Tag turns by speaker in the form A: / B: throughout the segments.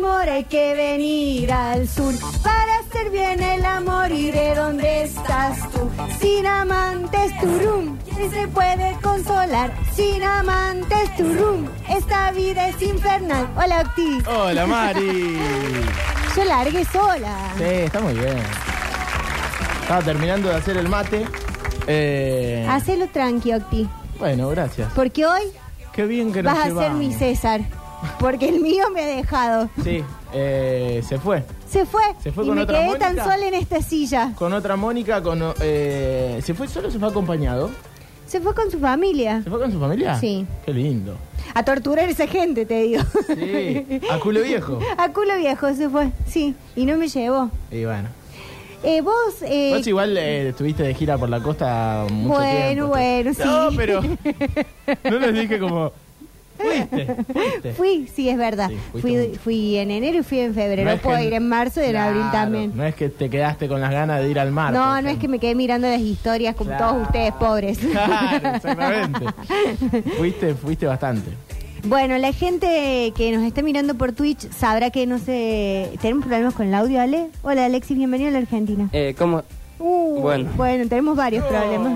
A: Ahora hay que venir al sur para hacer bien el amor y de dónde estás tú. Sin amantes turum, ¿quién se puede consolar? Sin amantes turum, esta vida es infernal. Hola, Octi.
B: Hola, Mari.
A: Yo largué sola.
B: Sí, está muy bien. Estaba terminando de hacer el mate. Eh,
A: Hacelo tranqui, Octi.
B: bueno, gracias.
A: Porque hoy
B: Qué bien que nos
A: vas a ser
B: llevamos.
A: mi César. Porque el mío me ha dejado.
B: Sí, eh, se fue.
A: Se fue.
B: Se fue
A: y
B: con
A: me
B: otra
A: quedé
B: Mónica.
A: tan sola en esta silla.
B: Con otra Mónica, con... eh, ¿Se fue solo o se fue acompañado?
A: Se fue con su familia.
B: ¿Se fue con su familia?
A: Sí.
B: Qué lindo.
A: A torturar a esa gente, te digo.
B: Sí, a culo viejo.
A: A culo viejo se fue, sí. Y no me llevó.
B: Y bueno.
A: Eh, vos, eh,
B: Vos igual eh, estuviste de gira por la costa mucho
A: Bueno,
B: tiempo.
A: bueno, sí.
B: No, pero... No les dije como... Fuiste, fuiste.
A: fui, sí, es verdad.
B: Sí, fuiste
A: fui,
B: mucho.
A: fui en enero y fui en febrero.
B: No es
A: Puedo
B: que-
A: ir en marzo y en
B: Claro,
A: abril también.
B: No es que te quedaste con las ganas de ir al mar.
A: No,
B: por
A: no es que
B: ejemplo.
A: me quedé mirando las historias como
B: Claro.
A: todos ustedes pobres.
B: Claro, exactamente. fuiste, fuiste bastante.
A: Bueno, la gente que nos esté mirando por Twitch sabrá que no sé. ¿Tenemos problemas con el audio, Ale? Hola, Alexis, bienvenido a la Argentina.
C: Eh, ¿Cómo?
A: Uy,
C: bueno.
A: tenemos varios problemas.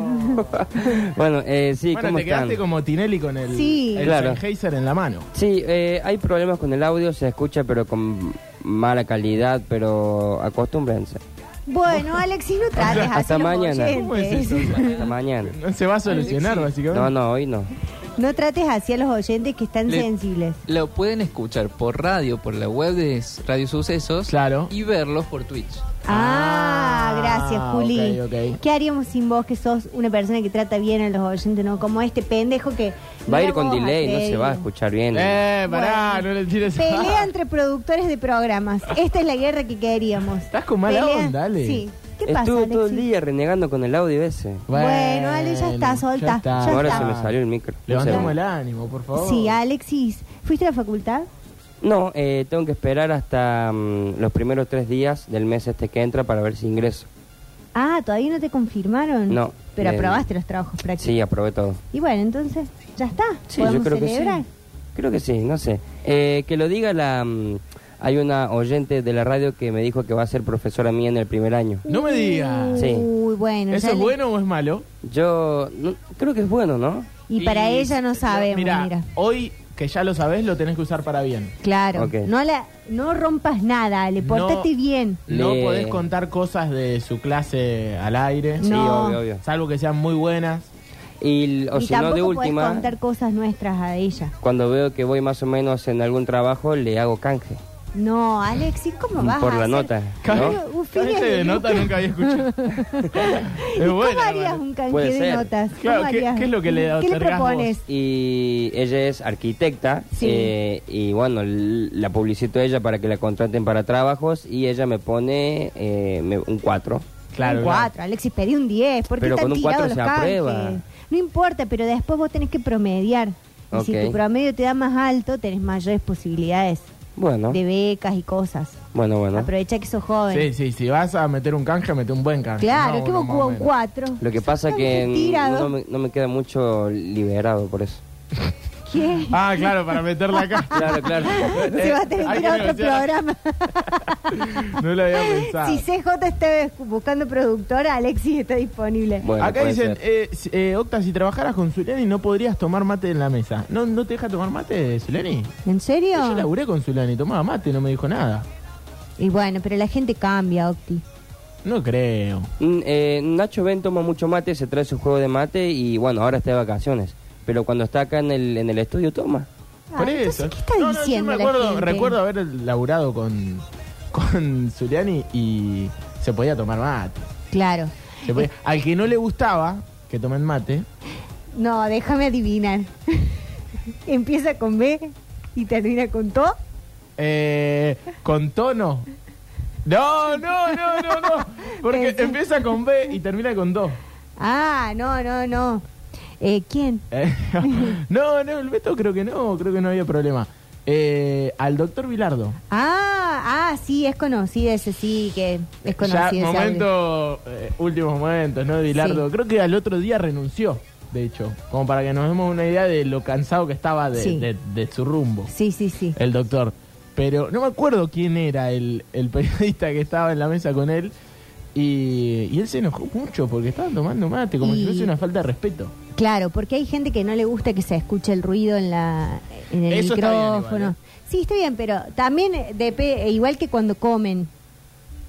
C: bueno, eh, sí,
B: bueno,
C: ¿cómo
B: te quedaste
C: están?
B: como Tinelli con el,
A: Sí.
B: el
C: Claro.
B: Sennheiser en la mano.
C: Sí, eh, hay problemas con el audio, se escucha pero con mala calidad, pero acostúmbrense.
A: Bueno, Alexis, no trates así
C: hasta
A: los
C: mañana.
A: oyentes.
B: ¿Cómo es eso?
C: Hasta mañana.
B: No se va a solucionar, básicamente. Eh,
C: No, no, hoy no.
A: No trates así a los oyentes que están
D: Le-
A: sensibles.
D: Lo pueden escuchar por radio, por la web de S- Radio Sucesos.
B: Claro.
D: Y verlos por Twitch.
A: Ah,
B: Ah,
A: gracias, Juli.
B: ok, ok.
A: ¿Qué haríamos sin vos que sos una persona que trata bien a los oyentes, no? Como este pendejo que...
C: Va a
A: Mira
C: ir con
A: vos,
C: delay, no se
A: Alfredo.
C: va a escuchar bien.
B: Eh, pará,
A: Bueno.
B: no le tires
A: Pelea entre productores de programas. Esta es la guerra que queríamos.
B: Estás con mala
A: Pelea-
B: onda, Ale.
A: Sí. ¿Qué pasa,
C: Estuve todo el
A: Alexis?
C: día renegando con el audio ese.
A: Bueno, Ale, ya está, solta, ya
C: Ahora
A: está.
C: se me salió el micro. Un
B: Levantemos
C: segundo.
B: el ánimo, por favor.
A: Sí, Alexis. ¿Fuiste a la facultad?
C: No, eh, tengo que esperar hasta mm, los primeros tres días del mes este que entra para ver si ingreso.
A: Ah, ¿todavía no te confirmaron?
C: No.
A: Pero
C: Eh,
A: aprobaste los trabajos prácticos.
C: Sí, aprobé todo.
A: Y bueno, entonces, ¿ya está?
C: Sí,
A: ¿Podemos
C: yo creo
A: celebrar?
C: que sí. Creo que sí, no sé. Eh, que lo diga la... mm, hay una oyente de la radio que me dijo que va a ser profesora mía en el primer año.
B: No me digas.
C: Sí.
A: Uy, bueno.
B: ¿Eso
A: ya
B: es
A: le-
B: bueno o es malo?
C: Yo no- creo que es bueno, ¿no?
A: Y para ella no sabemos,
B: Mira,
A: mira.
B: hoy que ya lo sabes, lo tenés que usar para bien.
A: Claro.
C: Ok.
A: No la, no rompas nada, le portate
B: No.
A: bien.
B: No
C: Le-
B: podés contar cosas de su clase al aire,
C: Sí,
A: No.
C: obvio, obvio.
B: salvo que sean muy buenas.
C: Y, o
A: y
C: si no,
A: tampoco
C: de
A: podés
C: última,
A: contar cosas nuestras a ella.
C: cuando veo que voy más o menos en algún trabajo, le hago canje.
A: No, Alexis, ¿cómo vas
C: Mm, Por
A: a
C: la
A: hacer?
C: nota,
A: Claro,
B: ¿No?
A: un fin
B: Canje
A: de
B: este de nota nunca había escuchado.
A: ¿Y
B: Es buena,
A: ¿Cómo harías
B: bueno.
A: un canje
C: Puede
A: de
C: ser.
A: notas? ¿Cómo
B: Claro, ¿qué-
A: harías?
B: qué es lo que le
A: ¿Qué le
B: otorgás vos?
A: propones?
C: Y ella es arquitecta
A: Sí.
C: eh, y bueno, l- la publicito a ella para que la contraten para trabajos y ella me pone eh, me- un 4.
B: Claro,
A: un
B: claro.
A: 4, Alexis, pedí un 10. ¿Por qué
C: Pero
A: están
C: con un
A: tirados
C: cuatro
A: los
C: se
A: canjes?
C: aprueba.
A: No importa, pero después vos tenés que promediar. Y si
C: Ok.
A: tu promedio te da más alto, tenés mayores posibilidades
C: Bueno,
A: de Ah, becas y cosas.
C: bueno, bueno.
A: Aprovecha que sos joven.
B: Sí, sí, si vas a meter un canje, mete un buen canje.
A: Claro,
B: no
A: que
B: uno
A: vos
B: más
A: jugás
B: o
A: un
B: menos.
A: 4.
C: Lo que pasa que n- no me, no me queda mucho liberado por eso.
A: ¿Qué?
B: Ah, claro, para meterla acá.
C: Claro, claro.
A: Se va a tener que
B: hay
A: ir a
B: que
A: otro
B: negociar.
A: programa.
B: No lo había pensado.
A: si CJ está buscando productora, Alexis está disponible.
C: Bueno,
B: Acá
C: puede
B: dicen,
C: ser.
B: eh, si- eh, Octa, si trabajaras con Zuleni no podrías tomar mate en la mesa. ¿No, no te deja tomar mate, Zuleni?
A: ¿En
B: Yo
A: serio?
B: laburé con Zuleni, tomaba mate, no me dijo nada.
A: Y bueno, pero la gente cambia, Octi.
B: No creo.
C: Mm, eh, Nacho Ben toma mucho mate, se trae su juego de mate y bueno, ahora está de vacaciones. Pero cuando está acá en el, en el estudio toma.
B: Por
A: Ah, entonces,
B: eso.
A: ¿Qué está
B: No, no, yo
A: diciendo
B: me
A: la
B: acuerdo,
A: gente?
B: Recuerdo haber laburado con, con Zuliani y se podía tomar mate.
A: Claro.
B: Se
A: Eh.
B: podía- al que no le gustaba que tomen mate,
A: No, déjame adivinar. Empieza con B y termina con To.
B: eh, con tono. No, no, no, no, no. Porque
A: Pensé.
B: empieza con B y termina con do.
A: Ah, no, no, no. Eh, ¿Quién?
B: Eh, no, no, el Beto creo que no, creo que no había problema. Eh, al doctor Vilardo.
A: Ah, ah, sí, es conocido ese, sí, que es conocido.
B: Ya,
A: ese audio.
B: momento, eh, últimos momentos, ¿no? Vilardo.
A: Sí.
B: Creo que al otro día renunció, de hecho, como para que nos demos una idea de lo cansado que estaba de,
A: Sí.
B: de- de su rumbo,
A: Sí, sí, sí.
B: el doctor. Pero no me acuerdo quién era el, el periodista que estaba en la mesa con él. Y, y él se enojó mucho porque estaban tomando mate, como
A: Y-
B: si fuese una falta de respeto.
A: Claro, porque hay gente que no le gusta que se escuche el ruido en la en el
B: Eso está bien
A: micrófono.
B: igual, ¿eh?
A: Sí, está bien, pero también eh, depe- igual que cuando comen.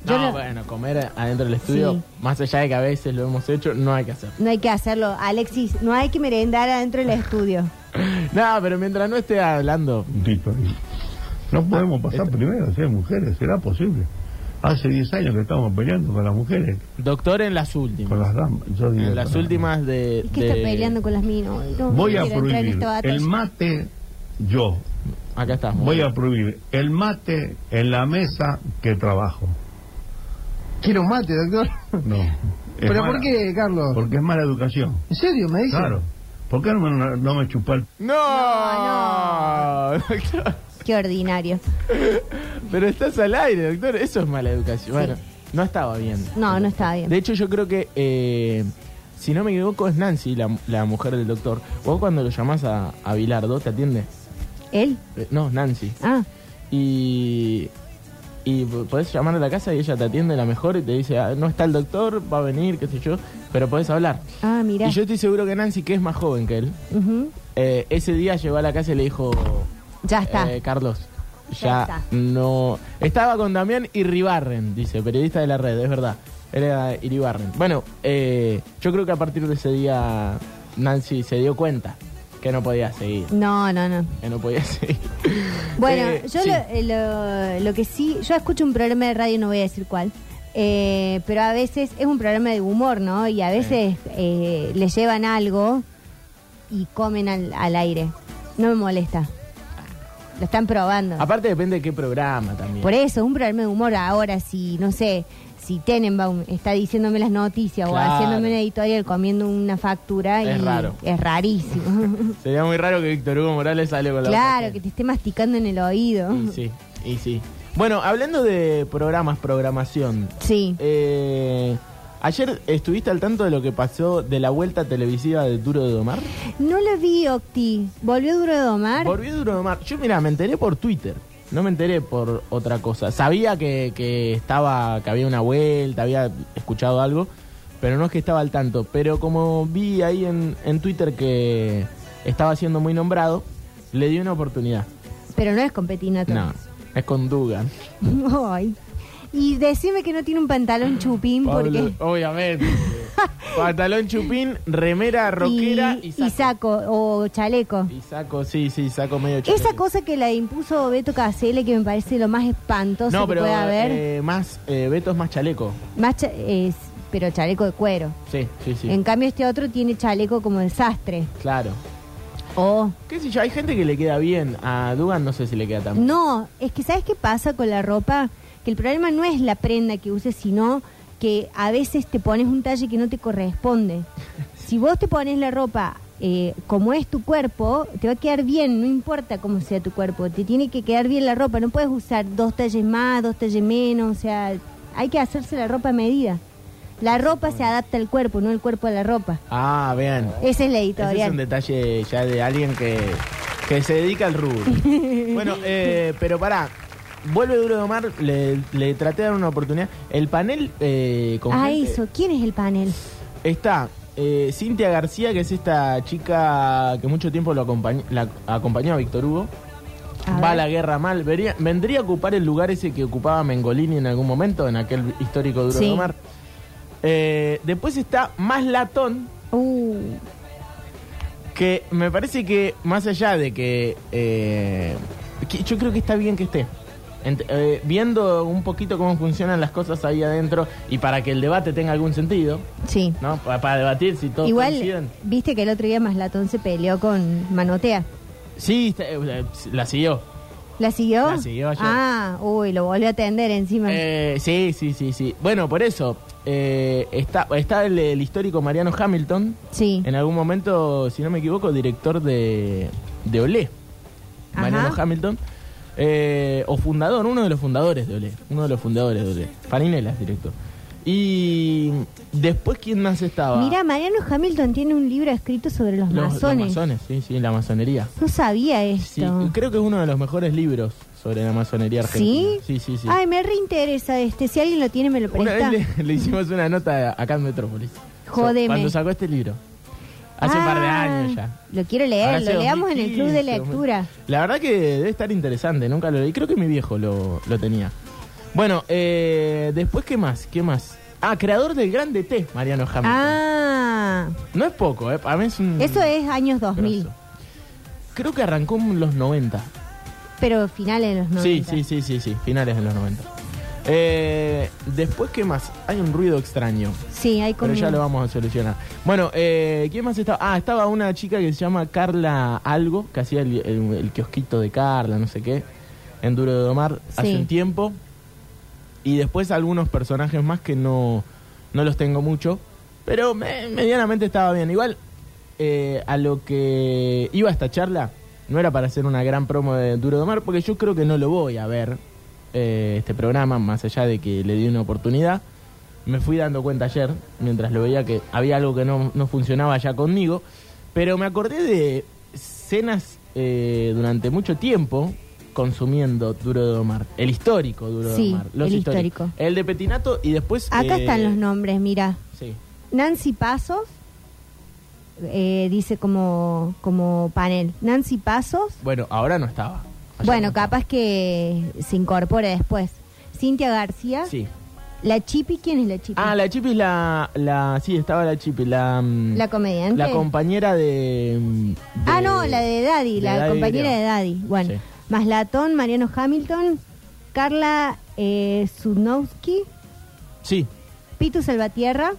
A: Yo
B: No,
A: no-
B: bueno, comer adentro del estudio,
A: Sí.
B: más allá de que a veces lo hemos hecho, no hay que hacerlo.
A: No hay que hacerlo, Alexis, no hay que merendar adentro del estudio.
B: No, pero mientras no esté hablando,
E: un grito ahí. No podemos pasar primero, ser mujeres, será posible. Hace 10 años que estamos peleando con las mujeres,
B: doctor en las
E: con
B: últimas.
E: las damas. Yo digo,
B: En las
E: con
B: últimas de.
A: Es que
B: de-
A: está peleando con las minas. Ay, no,
E: Voy
A: no quiero
E: a
A: entrar en
E: prohibir
A: esta batalla.
E: el mate, yo,
B: Acá estamos.
E: voy a prohibir el mate en la mesa que trabajo.
F: Quiero un mate, doctor.
E: No. Es
F: ¿Pero
E: mala-
F: por qué, Eh, Carlos?
E: Porque es mala educación.
F: ¿En serio me dice?
E: Claro. ¿Por qué no me, no me chupa el...
B: ¡No! Doctor,
A: Qué ordinario.
B: pero estás al aire, doctor. Eso es mala educación. Bueno, no estaba bien.
A: No, no está bien.
B: De hecho, yo creo que, eh, si no me equivoco, es Nancy, la, la mujer del doctor. Vos cuando lo llamás a, a Bilardo, ¿te atiende?
A: ¿Él?
B: Eh, no, Nancy.
A: Ah,
B: Y, y p- podés llamar a la casa y ella te atiende la mejor y te dice, "Ah, no está el doctor, va a venir, qué sé yo, pero podés hablar.
A: ah, mira.
B: Y yo estoy seguro que Nancy, que es más joven que él, eh, ese día llegó a la casa y le dijo,
A: Ya está.
B: "Eh, Carlos,
A: Ya
B: ya,
A: está.
B: no... Estaba con Damián Iribarren, dice, periodista de la red, es verdad. Él Era Iribarren. Bueno, eh, yo creo que a partir de ese día Nancy se dio cuenta que no podía seguir.
A: No, no, no.
B: Que no podía seguir.
A: Bueno,
B: Eh,
A: yo
B: sí.
A: lo, eh, lo- lo que sí, yo escucho un programa de radio, no voy a decir cuál, eh, pero a veces es un programa de humor, ¿no? Y a veces eh, le llevan algo y comen al, al aire. No me molesta. Lo están probando.
B: Aparte depende de qué programa también.
A: Por e- eso, un programa de humor ahora, si, no sé, si Tenenbaum está diciéndome las noticias
B: Claro.
A: o haciéndome una editorial comiendo una factura,
B: Es
A: y
B: raro.
A: es rarísimo.
B: Sería muy raro que Víctor Hugo Morales sale con la
A: claro,
B: boca
A: que te esté masticando en el oído.
B: llena. Y sí, y sí. Bueno, hablando de programas, programación.
A: Sí.
B: eh, ayer estuviste al tanto de lo que pasó de la vuelta televisiva de Duro de Domar.
A: No lo vi, Octi. ¿Volvió Duro de Domar?
B: Volvió Duro de Domar. Yo, mira, me enteré por Twitter. No me enteré por otra cosa. Sabía que, que estaba, que había una vuelta, había escuchado algo, pero no es que estaba al tanto. Pero como vi ahí en, en Twitter que estaba siendo muy nombrado, le di una oportunidad.
A: Pero no es con Petinato.
B: No, es con Dugan.
A: Ay. Y decime que no tiene un pantalón chupín
B: Pablo,
A: porque...
B: obviamente. Pantalón chupín, remera rockera y, saco.
A: y saco, o chaleco.
B: Y saco, sí, sí, saco medio chupín.
A: Esa cosa que la impuso Beto Casele, que me parece lo más espantoso
B: No,
A: que
B: pero
A: puede haber.
B: eh, más, eh, Beto es más chaleco.
A: Más cha- es- pero chaleco de cuero.
B: Sí, sí, sí.
A: En cambio este otro tiene chaleco como desastre.
B: Claro.
A: O
B: ¿Qué sé yo? Hay gente que le queda bien. A Dugan no sé si le queda tan bien.
A: no, es que ¿sabes qué pasa con la ropa? Que el problema no es la prenda que uses, sino que a veces te pones un talle que no te corresponde. Si vos te pones la ropa eh, como es tu cuerpo, te va a quedar bien, no importa cómo sea tu cuerpo, te tiene que quedar bien la ropa, no puedes usar dos talles más, dos talles menos, o sea, hay que hacerse la ropa a medida. La ropa se adapta al cuerpo, no el cuerpo a la ropa.
B: Ah, vean.
A: Esa es la
B: Ese es un
A: editorial.
B: detalle ya de alguien que, que se dedica al rubro. bueno, eh, pero pará. Vuelve Duro de Omar, le, le traté de dar una oportunidad. El panel eh, con
A: Ah,
B: gente-
A: eso. ¿Quién es el panel?
B: está eh, Cintia García, que es esta chica que mucho tiempo lo acompañ- la acompañó a Víctor Hugo.
A: A
B: Va a
A: ver.
B: la guerra mal. Vería- vendría a ocupar el lugar ese que ocupaba Mengolini en algún momento, en aquel histórico Duro
A: Sí.
B: de Omar. Eh, después está Más Latón,
A: Uh,
B: que me parece que más allá de que, eh, que yo creo que está bien que esté Ent- eh, viendo un poquito cómo funcionan las cosas ahí adentro y para que el debate tenga algún sentido
A: sí.
B: no Pa- para, debatir si todos
A: Igual,
B: coinciden.
A: viste que el otro día Maslatón se peleó con Manotea.
B: sí está- eh, eh, la siguió
A: ¿La siguió?
B: La siguió ayer.
A: Ah, uy, lo volvió a atender encima.
B: Eh, sí sí sí sí bueno por eso eh, está está el, el histórico Mariano Hamilton
A: sí.
B: en algún momento si no me equivoco director de de Olé
A: Ajá.
B: Mariano Hamilton, eh, o fundador, uno de los fundadores de Olé, uno de los fundadores de Olé, Farinelas, director. Y después, ¿quién más estaba?
A: Mira, Mariano Hamilton tiene un libro escrito sobre los,
B: los, los
A: masones.
B: masones, sí, sí, la masonería.
A: No sabía
B: Sí,
A: esto.
B: creo que es uno de los mejores libros sobre la masonería argentina. Sí, sí, sí.
A: Ay, me reinteresa este. Si alguien lo tiene, me lo
B: Una
A: presta.
B: vez le, le hicimos una nota acá en Metrópolis.
A: Jodeme.
B: Cuando sacó este libro. Hace un par de años ya.
A: Ah, Lo quiero
B: Habrá
A: leer,
B: sido
A: lo leamos en el club de
B: 2015,
A: lectura.
B: La verdad que debe estar interesante, nunca lo leí. Creo que mi viejo lo, lo tenía. Bueno, eh, después, ¿qué más? ¿Qué más? Ah, creador del Grande T, Mariano Hamilton.
A: Ah,
B: No es poco, ¿eh? A mí es un...
A: eso es años 2000,
B: grosso. Creo que arrancó en los 90.
A: pero finales de los 90.
B: Sí, sí, sí, sí, sí, finales de los 90. Eh, después, ¿qué más? Hay un ruido extraño,
A: Sí, hay como...
B: pero ya lo vamos a solucionar. Bueno, eh, ¿quién más estaba? Ah, estaba una chica que se llama Carla Algo, que hacía el, el- el kiosquito de Carla, no sé qué, en Duro de Domar hace
A: Sí.
B: un tiempo. Y después algunos personajes más que no, no los tengo mucho, pero me- medianamente estaba bien. Igual, eh, a lo que iba esta charla no era para hacer una gran promo de Duro de Mar, porque yo creo que no lo voy a ver eh, este programa, más allá de que le di una oportunidad. Me fui dando cuenta ayer, mientras lo veía, que había algo que no, no funcionaba ya conmigo, pero me acordé de cenas eh, durante mucho tiempo consumiendo Duro de Mar, el histórico Duro
A: Sí,
B: de Mar,
A: el
B: históricos.
A: histórico.
B: El de Petinato y después...
A: Acá
B: eh,
A: están los nombres, mira.
B: Sí.
A: Nancy Pasos, eh, dice como, como panel. Nancy Pasos,
B: Bueno, ahora no estaba. Ayer no
A: bueno,
B: estaba.
A: capaz que se incorpore después. Cintia García.
B: Sí.
A: La Chipi, ¿quién es la Chipi?
B: Ah, la Chipi es la, la... Sí, estaba la Chipi, la... mm,
A: La comediante.
B: La compañera de... mm, de-
A: ah, no, la de Daddy,
B: de
A: la
B: Daddy
A: compañera
B: Grego.
A: de Daddy. Bueno,
B: Sí.
A: Maslatón, Mariano Hamilton, Carla eh, Sudnowski,
B: Sí.
A: Pitu Salvatierra.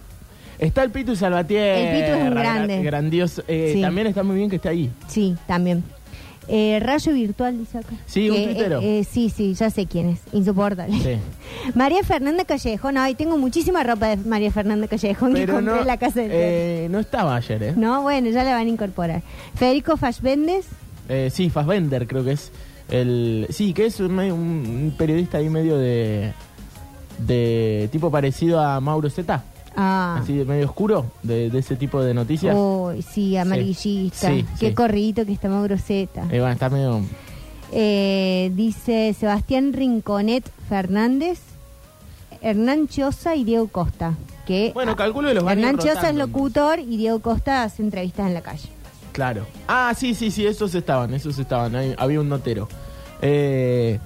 B: Está el Pitu Salvatierra.
A: El Pitu es un
B: gra-
A: grande.
B: Grandioso. Eh,
A: Sí.
B: También está muy bien que esté ahí.
A: Sí, también. Eh, Rayo Virtual, dice acá.
B: Sí, un
A: Que,
B: tuitero.
A: eh, eh, sí, sí, ya sé quién es. Insoportable.
B: Sí.
A: María Fernanda Callejón. Ay, tengo muchísima ropa de María Fernanda Callejón que
B: Pero
A: compré
B: no,
A: en la casa de
B: eh, no estaba ayer, ¿eh?
A: No, bueno, ya la van a incorporar. Federico Fashbendes.
B: Eh, sí, Fassbender creo que es el... Sí, que es un, medio- un periodista ahí medio de... De tipo parecido a Mauro Zeta.
A: Ah,
B: Así de medio oscuro, de, de ese tipo de noticias.
A: oh, sí, amarillista.
B: Sí,
A: Qué
B: sí.
A: corridito que está Mauro Zeta.
B: Eh, bueno, está medio...
A: Eh, dice Sebastián Rinconet Fernández, Hernán Chiosa y Diego Costa. Que
B: Bueno, calculo que los van a ir
A: Hernán Chiosa es
B: rotando,
A: locutor y Diego Costa hace entrevistas en la calle.
B: Claro. Ah, sí, sí, sí, esos estaban, esos estaban. ahí había un notero. Eh,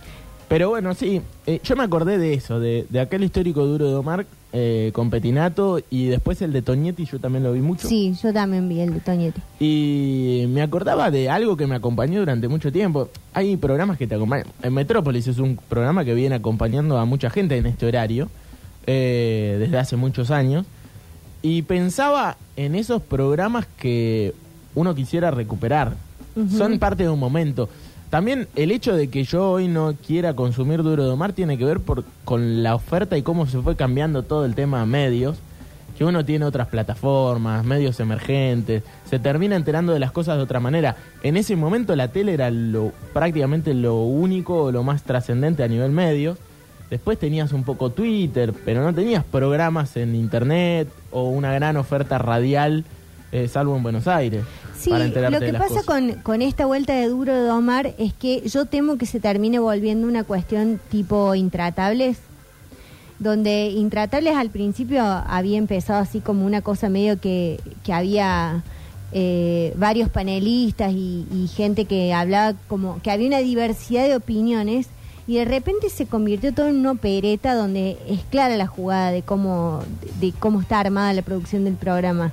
B: pero bueno, sí, eh, yo me acordé de eso, de, de aquel histórico duro de Omar eh, con Petinato y después el de Toñetti, yo también lo vi mucho.
A: Sí, yo también vi el de Toñete.
B: Y me acordaba de algo que me acompañó durante mucho tiempo. Hay programas que te acompañan. En Metrópolis es un programa que viene acompañando a mucha gente en este horario eh, desde hace muchos años. Y pensaba en esos programas que uno quisiera recuperar. Son parte de un momento. También el hecho de que yo hoy no quiera consumir duro de mar tiene que ver por- con la oferta y cómo se fue cambiando todo el tema medios. Que uno tiene otras plataformas, medios emergentes, se termina enterando de las cosas de otra manera. En ese momento la tele era lo, prácticamente lo único o lo más trascendente a nivel medio. Después tenías un poco Twitter, pero no tenías programas en internet o una gran oferta radial, eh, salvo en Buenos Aires.
A: Sí,
B: para enterarte
A: lo
B: de
A: que
B: las
A: pasa
B: cosas.
A: con, con esta vuelta de Duro de Omar es que yo temo que se termine volviendo una cuestión tipo intratables, donde intratables al principio había empezado así como una cosa medio que, que había eh, varios panelistas y, y gente que hablaba como que había una diversidad de opiniones. Y de repente se convirtió todo en una opereta donde es clara la jugada de cómo, de cómo está armada la producción del programa.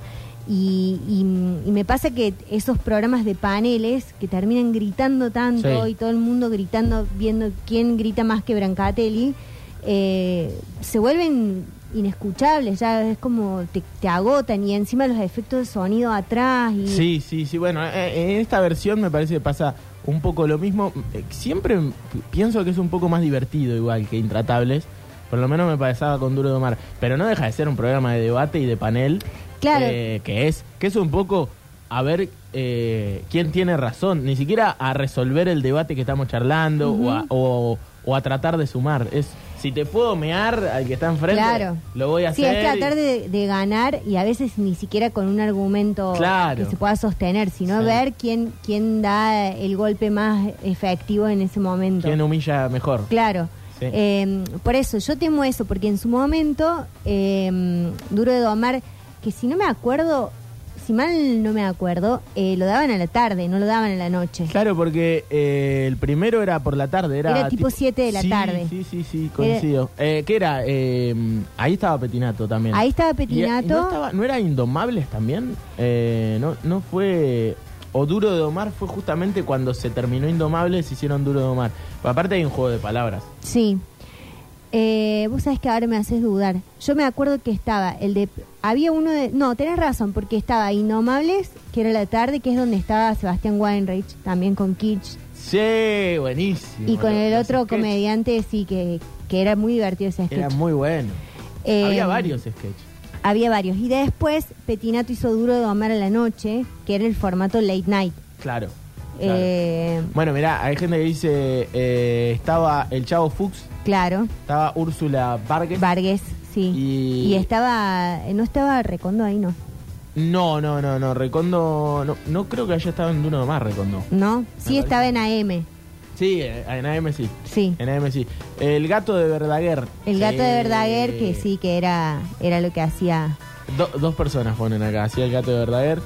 A: Y, y- y me pasa que esos programas de paneles que terminan gritando tanto
B: Sí.
A: y todo el mundo gritando, viendo quién grita más que Brancatelli, eh, se vuelven inescuchables, ya es como te, te agotan y encima los efectos de sonido atrás. Y,
B: Sí, sí, sí. Bueno, eh, en esta versión me parece que pasa un poco lo mismo. Eh, Siempre m- pienso que es un poco más divertido igual que Intratables. Por lo menos me pasaba con Duro de Mar. Pero no deja de ser un programa de debate y de panel.
A: Claro.
B: eh, que es que es un poco a ver eh, quién tiene razón. Ni siquiera a resolver el debate que estamos charlando o, a, o- o a tratar de sumar. Es Si te puedo mear al que está enfrente,
A: Claro.
B: lo voy a
A: sí,
B: hacer.
A: es tratar de, de ganar y a veces ni siquiera con un argumento
B: Claro.
A: que se pueda sostener, sino
B: Sí.
A: ver quién, quién da el golpe más efectivo en ese momento.
B: ¿Quién humilla mejor?
A: Claro.
B: Sí.
A: Eh, por eso, yo temo eso, porque en su momento, eh, Duro de Domar, que si no me acuerdo, si mal no me acuerdo, eh, lo daban a la tarde, no lo daban a la noche.
B: Claro, porque eh, el primero era por la tarde. Era,
A: Era tipo
B: ti-
A: siete de la
B: Sí,
A: tarde.
B: Sí, sí, sí, coincido. Eh, ¿Qué era? Eh, ahí estaba Petinato también.
A: Ahí estaba
B: Y- y
A: Petinato.
B: no, estaba- ¿no era Indomables también? Eh, no, no fue... O Duro de Domar fue justamente cuando se terminó Indomables, hicieron Duro de Domar. Pero aparte hay un juego de palabras.
A: Sí. Eh, vos sabés que ahora me haces dudar. Yo me acuerdo que estaba el de. Había uno de. No, tenés razón, porque estaba Innomables, que era la tarde, que es donde estaba Sebastián Weinreich, también con Kitsch.
B: Sí, buenísimo.
A: y con
B: Los-
A: el
B: los
A: otro
B: sketches.
A: comediante, sí, que, que era muy divertido ese sketch.
B: Era muy bueno.
A: Eh,
B: Había varios sketches.
A: Había varios. Y después, Petinato hizo Duro de Domar a la Noche, que era el formato late night.
B: Claro. Claro.
A: Eh,
B: Bueno, mirá, hay gente que dice, eh, estaba el Chavo Fuchs,
A: claro.
B: estaba Úrsula Vargas.
A: Vargas, sí.
B: Y-
A: estaba. No estaba Recondo ahí, ¿no?
B: no, no, no, no, Recondo, no, no creo que haya estado en uno más Recondo.
A: ¿No? Sí,
B: parece.
A: estaba en AM.
B: Sí, eh, en AM sí,
A: Sí.
B: en AM sí. El gato de Verdaguer.
A: El gato de
B: Eh,
A: Verdaguer, que sí, que era, era lo que hacía.
B: do- dos personas ponen acá, sí, el gato de Verdaguer.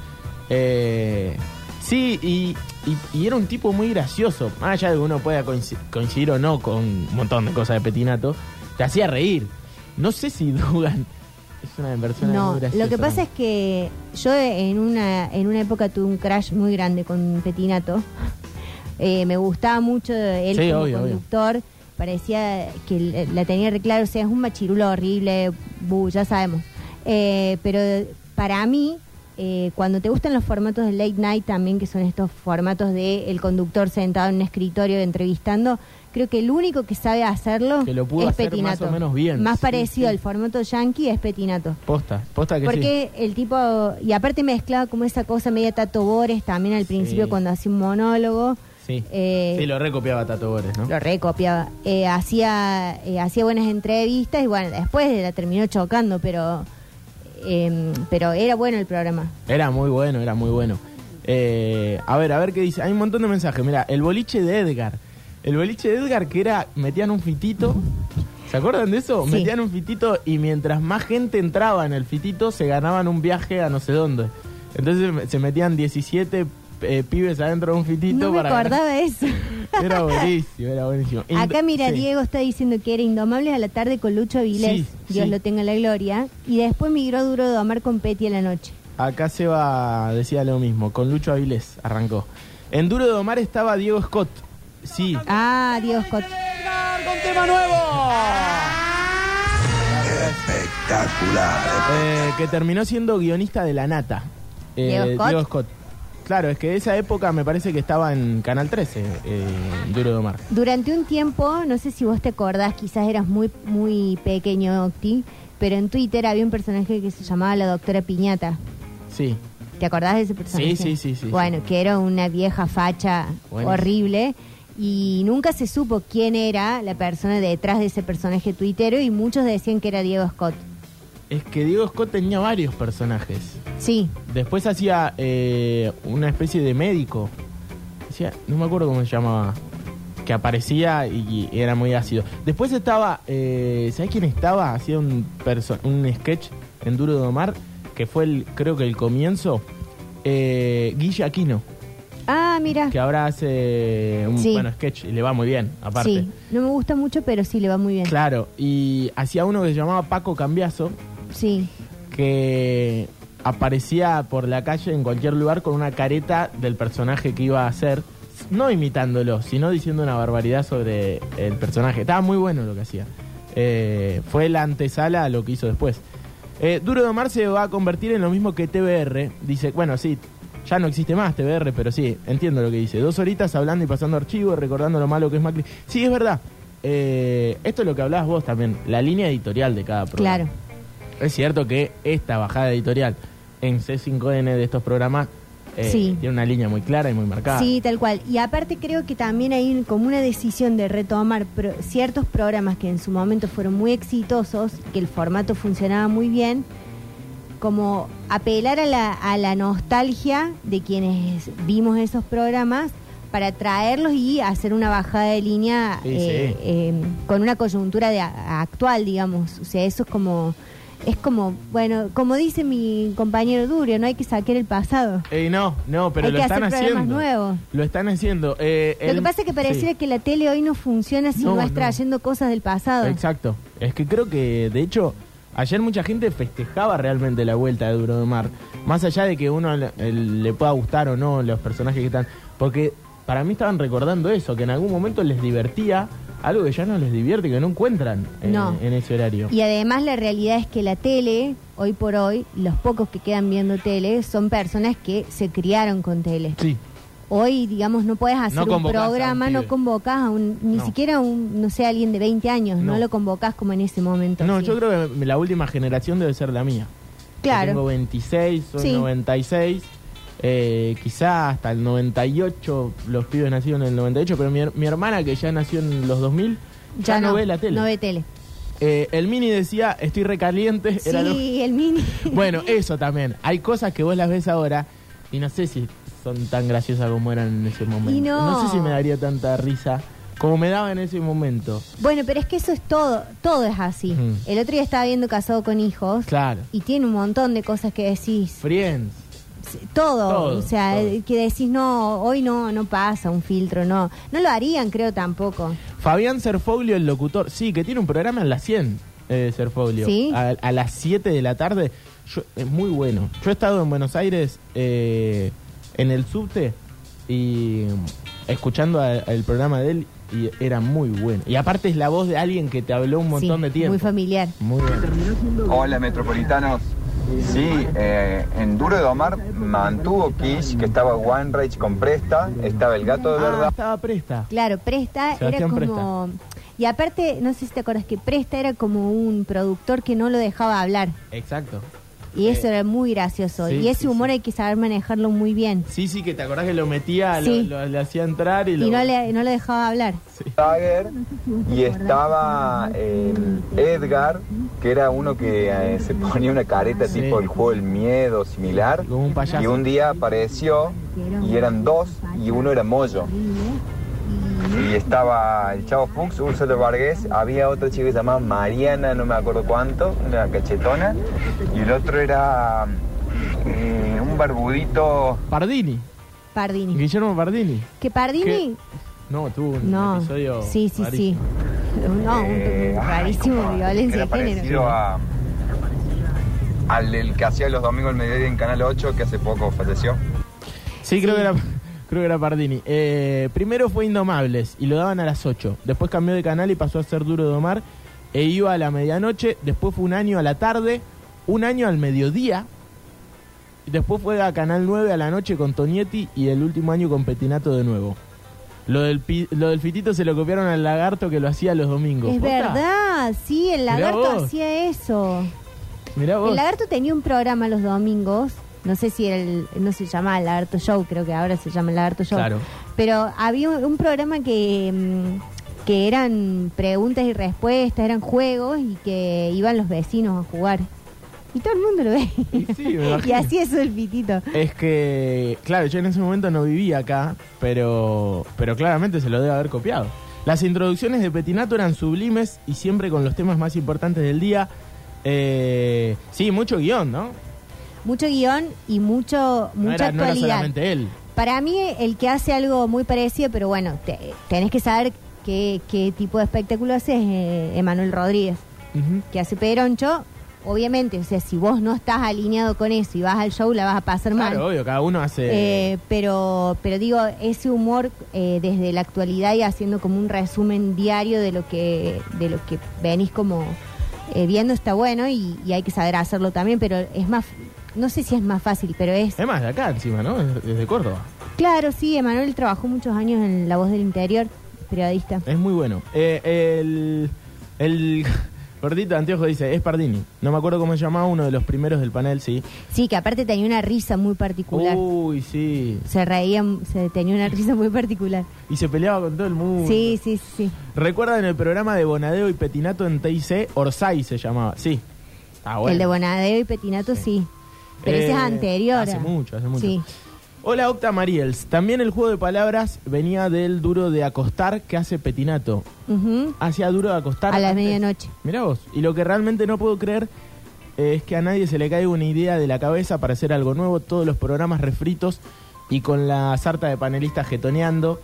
B: Eh, sí, y, y- y era un tipo muy gracioso, más allá de que uno pueda coinci- coincidir o no con un montón de cosas de Petinato, te hacía reír. No sé si Dugan es una persona
A: No,
B: muy graciosa.
A: lo que pasa es que yo en una, en una época tuve un crash muy grande con Petinato. Eh, me gustaba mucho él
B: Sí,
A: como
B: obvio, obvio.
A: conductor. Parecía que l- la tenía re claro. O sea, es un machirulo horrible, bu, ya sabemos. Eh, pero para mí, eh, cuando te gustan los formatos de late night también, que son estos formatos de el conductor sentado en un escritorio entrevistando, creo que el único que sabe hacerlo
B: Que lo pudo
A: es
B: hacer más
A: Petinato.
B: o menos bien.
A: Más
B: Sí,
A: parecido
B: sí.
A: al formato yankee es Petinato.
B: Posta, posta que sí.
A: Porque el tipo, y aparte mezclaba como esa cosa media Tato Bores también al principio cuando hacía un monólogo.
B: Sí.
A: eh,
B: Sí, lo recopiaba Tato Bores, ¿no?
A: lo recopiaba. Eh, hacía, eh, hacía buenas entrevistas y bueno, después la terminó chocando, pero, eh, pero era bueno el programa.
B: Era muy bueno, era muy bueno. Eh, a ver, a ver qué dice. Hay un montón de mensajes. Mira, el boliche de Edgar. El boliche de Edgar que era, metían un fitito. ¿Se acuerdan de eso?
A: Sí.
B: Metían un fitito y mientras más gente entraba en el fitito, se ganaban un viaje a no sé dónde. Entonces me- se metían 17 eh, pibes adentro de un fitito
A: No me
B: para ganar.
A: acordaba de eso.
B: Era buenísimo, era buenísimo. Ind-
A: Acá mira,
B: sí.
A: Diego está diciendo que era Indomables a la tarde con Lucho Avilés,
B: Sí,
A: Dios
B: sí.
A: lo tenga en la gloria, y después migró a Duro de Omar con Petty a la noche.
B: Acá Seba decía lo mismo, con Lucho Avilés arrancó. En Duro de Omar estaba Diego Scott. Sí.
A: Ah, Dios, Scott.
B: ¡Con tema nuevo!
G: Espectacular.
B: Eh, que terminó siendo guionista de La Nata. Eh,
A: ¿Diego Scott?
B: Claro, es que esa época me parece que estaba en Canal 13, eh, Duro de Omar.
A: Durante un tiempo, no sé si vos te acordás, quizás eras muy, muy pequeño, Octi, pero en Twitter había un personaje que se llamaba la doctora Piñata.
B: Sí.
A: ¿Te acordás de ese personaje?
B: sí, sí, sí.
A: Bueno, que era una vieja facha
B: Buenísimo.
A: horrible y nunca se supo quién era la persona detrás de ese personaje tuitero y muchos decían que era Diego Scott.
B: Es que Diego Scott tenía varios personajes.
A: Sí,
B: Después hacía eh, una especie de médico. Hacía- no me acuerdo cómo se llamaba. Que aparecía y, y era muy ácido. Después estaba. Eh, ¿Sabes quién estaba? Hacía un, perso- un sketch en Duro de Omar. Que fue, el, creo que el comienzo. Eh, Guille Aquino.
A: Ah, mira.
B: Que ahora hace un
A: Sí.
B: bueno sketch y le va muy bien, aparte.
A: Sí, no me gusta mucho, pero sí le va muy bien.
B: Claro. Y hacía uno que se llamaba Paco Cambiazo.
A: Sí.
B: que aparecía por la calle en cualquier lugar con una careta del personaje que iba a hacer, no imitándolo, sino diciendo una barbaridad sobre el personaje. Estaba muy bueno lo que hacía. Eh, fue la antesala a lo que hizo después. Eh, Duro de Omar se va a convertir en lo mismo que TBR. Dice, bueno, sí, ya no existe más TBR, pero sí, entiendo lo que dice. Dos horitas hablando y pasando archivos, recordando lo malo que es Macri. Sí, es verdad. Eh, esto es lo que hablabas vos también, la línea editorial de cada programa.
A: Claro.
B: Es cierto que esta bajada editorial en C5N de estos programas Eh,
A: Sí.
B: Tiene una línea muy clara y muy marcada.
A: Sí, tal cual. Y aparte creo que también hay como una decisión de retomar pro- ciertos programas que en su momento fueron muy exitosos, que el formato funcionaba muy bien, como apelar a la, a la nostalgia de quienes vimos esos programas para traerlos y hacer una bajada de línea
B: Sí,
A: eh,
B: sí.
A: eh, con una coyuntura de a- actual, digamos. O sea, eso es como... Es como, bueno, como dice mi compañero Durio, no hay que saquear el pasado.
B: Eh, no, no, pero
A: Hay
B: lo
A: que
B: están
A: hacer
B: haciendo.
A: programas nuevos.
B: Lo están haciendo. Eh,
A: Lo que
B: el-
A: pasa es que pareciera
B: sí.
A: que la tele hoy no funciona si
B: No,
A: no, vas
B: no.
A: trayendo cosas del pasado.
B: Exacto. Es que creo que, de hecho, ayer mucha gente festejaba realmente la vuelta de Duro de Mar. Más allá de que uno le, el- le pueda gustar o no los personajes que están. Porque para mí estaban recordando eso, que en algún momento les divertía algo que ya no les divierte, que no encuentran eh,
A: No.
B: en ese horario.
A: Y además la realidad es que la tele, hoy por hoy, los pocos que quedan viendo tele son personas que se criaron con tele.
B: Sí.
A: Hoy, digamos, no puedes hacer un
B: convocás a un
A: programa, no
B: pibe.
A: convocas a un, ni
B: No.
A: siquiera a un, no sé, a alguien de 20 años, no,
B: No.
A: lo convocas como en ese momento.
B: No,
A: sí.
B: yo creo que la última generación debe ser la mía. Yo
A: Claro.
B: Tengo 26, soy
A: Sí.
B: 96. Eh, quizá hasta el 98, los pibes nacieron en el 98, pero mi, her- mi hermana que ya nació en los 2000 ya, no, ve la tele.
A: No ve tele.
B: Eh, el mini decía, estoy recaliente. era lo-
A: Sí, el mini.
B: Bueno, eso también. Hay cosas que vos las ves ahora y no sé si son tan graciosas como eran en ese momento.
A: Y no.
B: sé si me daría tanta risa como me daba en ese momento.
A: Bueno, pero es que eso es todo, todo es así.
B: Ujú.
A: El otro día estaba viendo Casado con Hijos
B: Claro.
A: y tiene un montón de cosas que decís.
B: Friends.
A: Sí, todo,
B: Todo,
A: o sea,
B: todo.
A: eh, que decís no, hoy no, no pasa un filtro, no, no lo harían, creo tampoco.
B: Fabián Serfoglio, el locutor. Sí, que tiene un programa en las 100, eh, Serfoglio.
A: Sí.
B: A, a las 7 de la tarde. Yo- es muy bueno. Yo he estado en Buenos Aires eh, en el subte y mm, escuchando a- el programa de él y era muy bueno. Y aparte es la voz de alguien que te habló un montón
A: Sí,
B: de tiempo.
A: Muy familiar.
B: Muy bueno.
G: Hola metropolitanos. Sí, eh, en Duro de Omar mantuvo Kish, que estaba One Rage con Presta, estaba el gato de
B: Ah,
G: verdad.
B: estaba presta.
A: Claro, Presta era
B: Sebastián
A: como y aparte, no sé si te acuerdas que Presta era como un productor que no lo dejaba hablar
B: Exacto.
A: y eso era muy gracioso
B: sí,
A: y ese
B: sí,
A: humor
B: sí.
A: hay que saber manejarlo muy bien
B: Sí, sí, que te acordás que lo metía, lo-
A: Sí.
B: lo, le hacía entrar y
A: y
B: lo...
A: no le no lo dejaba hablar.
G: Tiger, y estaba eh, Edgar, que era uno que eh, se ponía una careta
B: Ah, Sí.
G: tipo el juego del miedo similar.
B: Como un payaso.
G: Y un día apareció y eran dos y uno era Moyo. Y estaba el Chavo Fuchs, Úrsula Vargas, había otra chica que se llamaba Mariana, no me acuerdo cuánto, una cachetona, y el otro era eh, un barbudito
B: Pardini.
A: Pardini.
B: Guillermo Pardini.
A: Que Pardini
B: No, tuvo un
A: no.
B: episodio.
A: Sí, sí, sí.
B: rarísimo.
A: No,
G: Eh,
A: Ah, un
G: ay,
A: rarísimo
G: como
A: violencia
G: era
A: de género.
G: parecido a- al del que hacía los domingos al mediodía en Canal 8, que hace poco falleció.
B: Sí, creo que era, creo que era Pardini. Eh, primero fue Indomables y lo daban a las 8. Después cambió de canal y pasó a ser Duro de Omar e iba a la medianoche. Después fue un año a la tarde, un año al mediodía. Y Después fue a Canal 9 a la noche con Tonietti y el último año con Petinato de nuevo. Lo del, pi- lo del fitito se lo copiaron al lagarto que lo hacía los domingos.
A: Es
B: ¿Posta?
A: verdad, sí, el
B: Mirá
A: lagarto
B: vos.
A: hacía eso.
B: Mirá vos.
A: El lagarto tenía un programa los domingos. No sé si el, no se llamaba el Lagarto Show, creo que ahora se llama el Lagarto Show.
B: Claro.
A: Pero había un, un programa que, mm, que eran preguntas y respuestas, eran juegos y que iban los vecinos a jugar. Y todo el mundo lo ve.
B: Y sí, me imagino.
A: y así es el pitito.
B: Es que, claro, yo en ese momento no vivía acá, pero, pero claramente se lo debe haber copiado. Las introducciones de Petinato eran sublimes y siempre con los temas más importantes del día. Eh, sí, mucho guión, ¿no?
A: Mucho guión y mucho, mucha
B: no, era, no era
A: actualidad.
B: solamente él.
A: Para mí, el que hace algo muy parecido, pero bueno, te- tenés que saber qué, qué tipo de espectáculo hace es eh, Emanuel Rodríguez,
B: Ujú.
A: que hace Pedroncho. Obviamente, o sea, si vos no estás alineado con eso y vas al show, la vas a pasar
B: Claro,
A: mal.
B: obvio, cada uno hace...
A: Eh, pero, pero digo, ese humor eh, desde la actualidad y haciendo como un resumen diario de lo que, de lo que venís como eh, viendo está bueno y, y hay que saber hacerlo también, pero es más, no sé si es más fácil, pero es
B: Es más, de acá encima, ¿no? Es- Desde Córdoba.
A: Claro, sí, Emanuel trabajó muchos años en La Voz del Interior, periodista.
B: Es muy bueno. Eh, el, el, Gordito Anteojo dice, es Pardini. No me acuerdo cómo se llamaba, uno de los primeros del panel, sí.
A: Sí, que aparte tenía una risa muy particular.
B: Uy, sí.
A: Se reía, se tenía una risa muy particular.
B: Y se peleaba con todo el mundo.
A: Sí, sí, sí.
B: ¿Recuerdan el programa de Bonadeo y Petinato en TIC? Orsay se llamaba, sí. Ah, bueno.
A: El de Bonadeo y Petinato, sí. Pero ese es
B: Eh,
A: anterior.
B: Hace
A: a-
B: mucho, hace mucho.
A: Sí.
B: Hola Octa Mariels. También el juego de palabras venía del duro de acostar que hace Petinato.
A: Ujú.
B: Hacía duro de acostar.
A: A las
B: antes.
A: medianoche.
B: Mirá vos. Y lo que realmente no puedo creer eh, es que a nadie se le caiga una idea de la cabeza para hacer algo nuevo. Todos los programas refritos y con la sarta de panelistas jetoneando.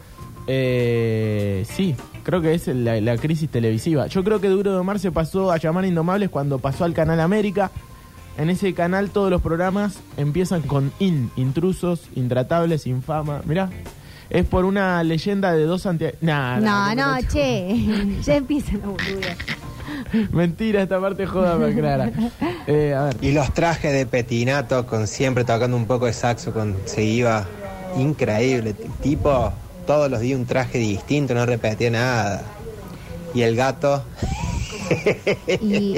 B: Eh, sí, creo que es la, la crisis televisiva. Yo creo que Duro de Omar se pasó a llamar Indomables cuando pasó al Canal América. En ese canal todos los programas empiezan con in, intrusos, intratables, infama. Mirá, es por una leyenda de dos anti... Nah, nah,
A: No, no,
B: me-
A: che. ya empiezan la boluda.
B: Mentira, esta parte joda me aclara. Eh, a ver.
H: Y los trajes de Petinato, con siempre tocando un poco de saxo, con, se iba increíble. t- Tipo, todos los días un traje distinto, no repetía nada. Y el gato
A: Y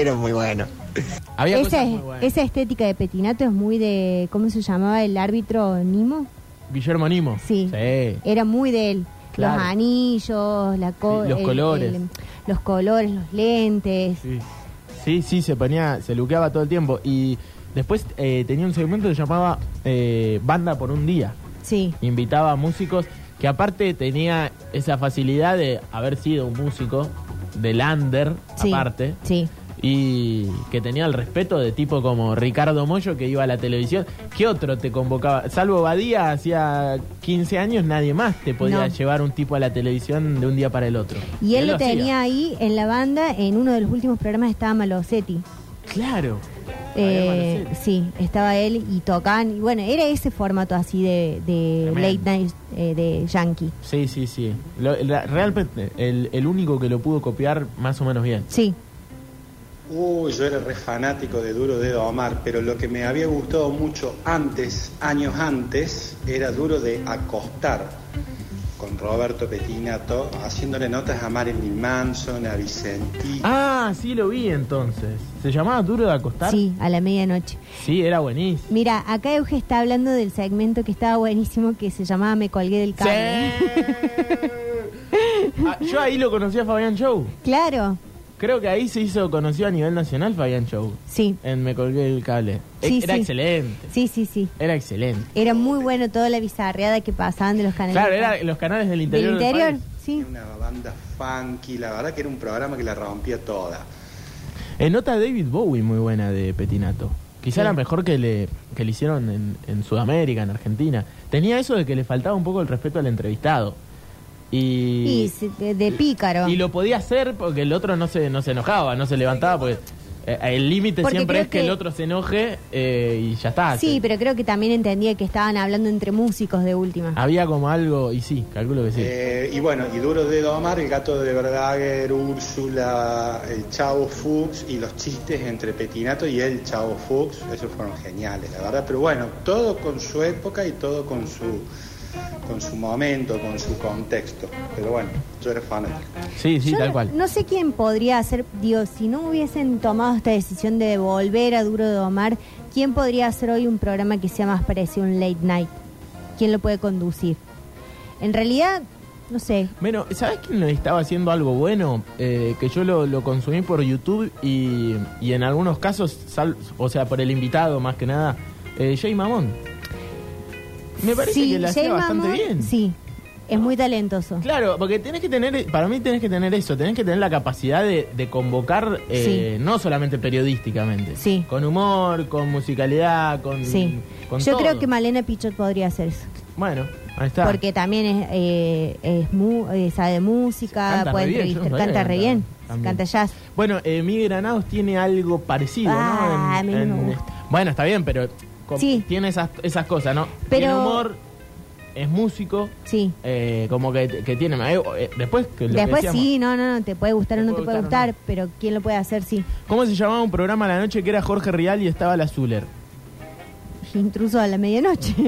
H: era muy bueno.
B: Había
A: esa,
B: cosas
A: es-
B: muy buenas.
A: esa estética de Petinato es muy de. ¿Cómo se llamaba el árbitro Nimo?
B: Guillermo Nimo.
A: Sí. Era muy de él.
B: Claro.
A: Los anillos, la co-
B: Sí, los colores.
A: los colores, los lentes.
B: Sí. Sí, sí, se ponía, se luqueaba todo el tiempo. Y después eh, tenía un segmento que se llamaba eh, Banda por un día.
A: Sí.
B: Invitaba a músicos que aparte tenía esa facilidad de haber sido un músico del under,
A: sí.
B: aparte.
A: Sí.
B: Y que tenía el respeto de tipo como Ricardo Moyo que iba a la televisión. ¿Qué otro te convocaba? Salvo Badía, hacía 15 años nadie más te podía
A: No.
B: llevar un tipo a la televisión de un día para el otro.
A: Y él lo
B: hacía.
A: tenía ahí en la banda, en uno de los últimos programas estaba Malosetti.
B: Claro.
A: Eh,
B: Había Ah, Malosetti.
A: sí, estaba él y tocaban. Y bueno, era ese formato así de, de
B: Tremendo.
A: late night eh, de Yankee.
B: Sí, sí, sí. Lo- la- realmente, el, el único que lo pudo copiar más o menos bien.
A: Sí,
I: Uy, yo era re fanático de Duro de Omar, pero lo que me había gustado mucho antes, años antes, era Duro de Acostar, con Roberto Petinato, haciéndole notas a Marilyn Manson, a Vicentí.
B: Ah, sí, lo vi entonces. ¿Se llamaba Duro de Acostar?
A: sí, a la medianoche.
B: Sí, era buenísimo.
A: Mira, acá Euge está hablando del segmento que estaba buenísimo que se llamaba Me colgué del cable.
B: Ah, yo ahí lo conocí a Fabián Show.
A: claro,
B: Creo que ahí se hizo conocido a nivel nacional Fabián Show.
A: sí,
B: En Me Colgué el Cable. E-
A: Sí,
B: era
A: sí.
B: excelente.
A: sí, sí, sí.
B: Era excelente.
A: Era muy bueno toda la bizarreada que pasaban de los canales.
B: Claro,
A: de-
B: era los canales del
A: del
B: interior. del
A: interior,
B: país.
A: sí.
I: Tenía una banda funky, la verdad que era un programa que la rompía toda.
B: Eh, nota David Bowie muy buena de Petinato. Quizá la mejor que le, que le hicieron en, en Sudamérica, en Argentina. Tenía eso de que le faltaba un poco el respeto al entrevistado.
A: Y
B: Y,
A: se- de, de pícaro.
B: y lo podía hacer porque el otro no se, no se enojaba, no se levantaba. Porque eh, el límite
A: Porque
B: siempre
A: creo
B: es que,
A: que-
B: el otro se enoje eh, y ya está.
A: Sí,
B: Se-
A: pero creo que también entendía que estaban hablando entre músicos de última.
B: Había como algo, y sí, calculo que sí.
I: Eh, y bueno, y Duro de Omar, el gato de Verdaguer, Úrsula, el Chavo Fuchs y los chistes entre Petinato y el Chavo Fuchs, esos fueron geniales, la verdad. Pero bueno, todo con su época y todo con su, con su momento, con su contexto. Pero bueno, yo era fanático.
B: sí, sí,
A: Yo
B: tal
A: no-
B: cual.
A: No sé quién podría hacer, digo, si no hubiesen tomado esta decisión de volver a Duro de Omar, ¿quién podría hacer hoy un programa que sea más parecido a un late night? ¿Quién lo puede conducir? En realidad, no sé.
B: Bueno, ¿sabes quién le estaba haciendo algo bueno? Eh, que yo lo, lo consumí por YouTube y, y en algunos casos, sal- o sea, por el invitado más que nada, eh, Jay Mamón. Me parece
A: Sí,
B: que la
A: Jay
B: hacía bastante
A: Mamón,
B: bien.
A: Sí, es muy talentoso.
B: Claro, porque tenés que tener, para mí tenés que tener eso, tenés que tener la capacidad de, de convocar, eh, no solamente periodísticamente,
A: Sí.
B: con humor, con musicalidad, con...
A: Sí.
B: Mm, con
A: Yo
B: todo.
A: creo que Malena Pichot podría hacer eso.
B: Bueno, ahí está.
A: Porque también es, eh, es mu- eh, sabe de música,
B: Canta
A: puede
B: re bien, yo no
A: entrevistar,
B: sabía
A: canta
B: que
A: re
B: cantaba
A: bien,
B: también.
A: canta jazz.
B: Bueno, eh, Mi Granados tiene algo parecido,
A: Ah,
B: ¿no? este-
A: a mí no me gusta.
B: bueno, está bien, pero com-
A: Sí.
B: tiene esas, esas cosas, ¿no?
A: Pero-
B: Tiene humor, es músico,
A: Sí.
B: eh, como que, que tiene... eh, eh, después que lo que
A: Después
B: decíamos,
A: sí, no, no, no, te puede gustar
B: Te
A: o no
B: puede
A: te puede
B: gustar o
A: gustar, pero quién lo puede hacer, sí.
B: ¿Cómo se llamaba un programa a la noche que era Jorge Rial y estaba la Zuller?
A: Intruso a la medianoche.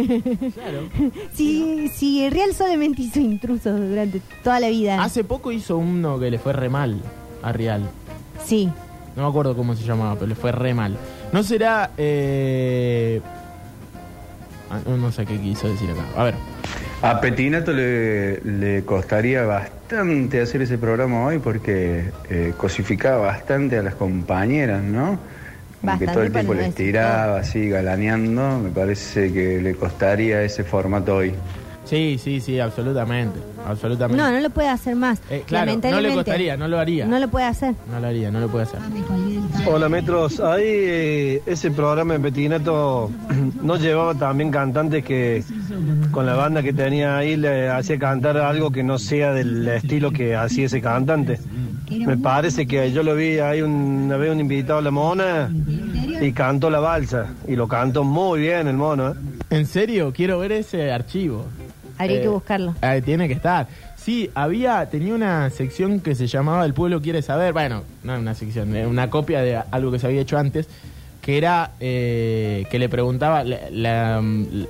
B: Claro.
A: sí, sí, Real solamente hizo intrusos Ah.
B: Ah,
A: durante toda la vida.
B: Hace poco hizo uno que le fue re mal a Rial.
A: Sí,
B: No me acuerdo cómo se llamaba, pero le fue re mal. ¿No será... eh, ah, no- no sé qué quiso decir acá. A ver.
J: A Petinato le, le costaría bastante hacer ese programa hoy porque eh, cosificaba bastante a las compañeras, ¿no? Como que
K: Bastante
J: todo el tiempo
K: para no
J: les
K: decir
J: tiraba así, galaneando. Me parece que le costaría ese formato hoy.
B: Sí, sí, sí, absolutamente. Absolutamente.
A: No, no lo puede hacer más.
B: Eh, claro, no le
A: Lamentablemente,
B: costaría, no lo haría.
A: No lo puede hacer.
B: No lo haría, no lo puede hacer.
L: Hola Metros, ahí eh, ese programa de Petinato no llevaba también cantantes que con la banda que tenía ahí le hacía cantar algo que no sea del estilo que hacía ese cantante. Me parece que yo lo vi ahí un- una vez un invitado a la mona y cantó la balsa y lo cantó muy bien el mono. ¿eh?
B: ¿En serio? Quiero ver ese archivo.
A: Habría
B: Eh,
A: que buscarlo.
B: Ah, tiene que estar. Sí, había, tenía una sección que se llamaba El pueblo quiere saber. Bueno, no una sección, eh, una copia de algo que se había hecho antes, que era eh, que le preguntaba, la- la, mm, l-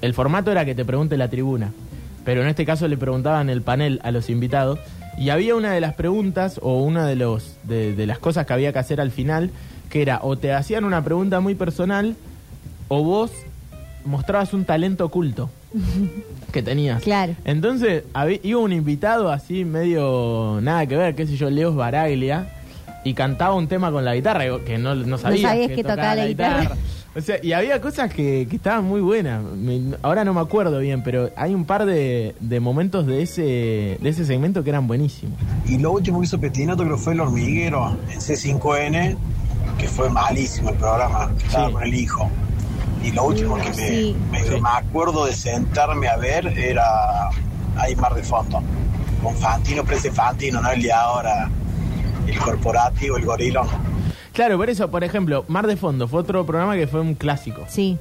B: el formato era que te pregunte la tribuna, pero en este caso le preguntaban el panel a los invitados y había una de las preguntas o una de, los, de, de las cosas que había que hacer al final, que era o te hacían una pregunta muy personal o vos mostrabas un talento oculto que tenías.
A: Claro.
B: Entonces habí- iba un invitado así medio nada que ver, qué sé yo, Leos Baraglia, y cantaba un tema con la guitarra, y- que no, no sabías,
A: sabías que tocaba la guitarra.
B: O sea, y había cosas que, que estaban muy buenas. Me- ahora no me acuerdo bien, pero hay un par de, de momentos de ese, de ese segmento que eran buenísimos.
M: Y lo último que hizo Petinato creo que fue el hormiguero en C5N, que fue malísimo el programa, que estaba con el hijo. Y lo último que me, me- me acuerdo de sentarme a ver era ahí Mar de Fondo, con Fantino, Prese Fantino, ¿no? El de ahora, el corporativo, el gorilo.
B: Claro, por eso, por ejemplo, Mar de Fondo fue otro programa que fue un clásico.
A: Sí.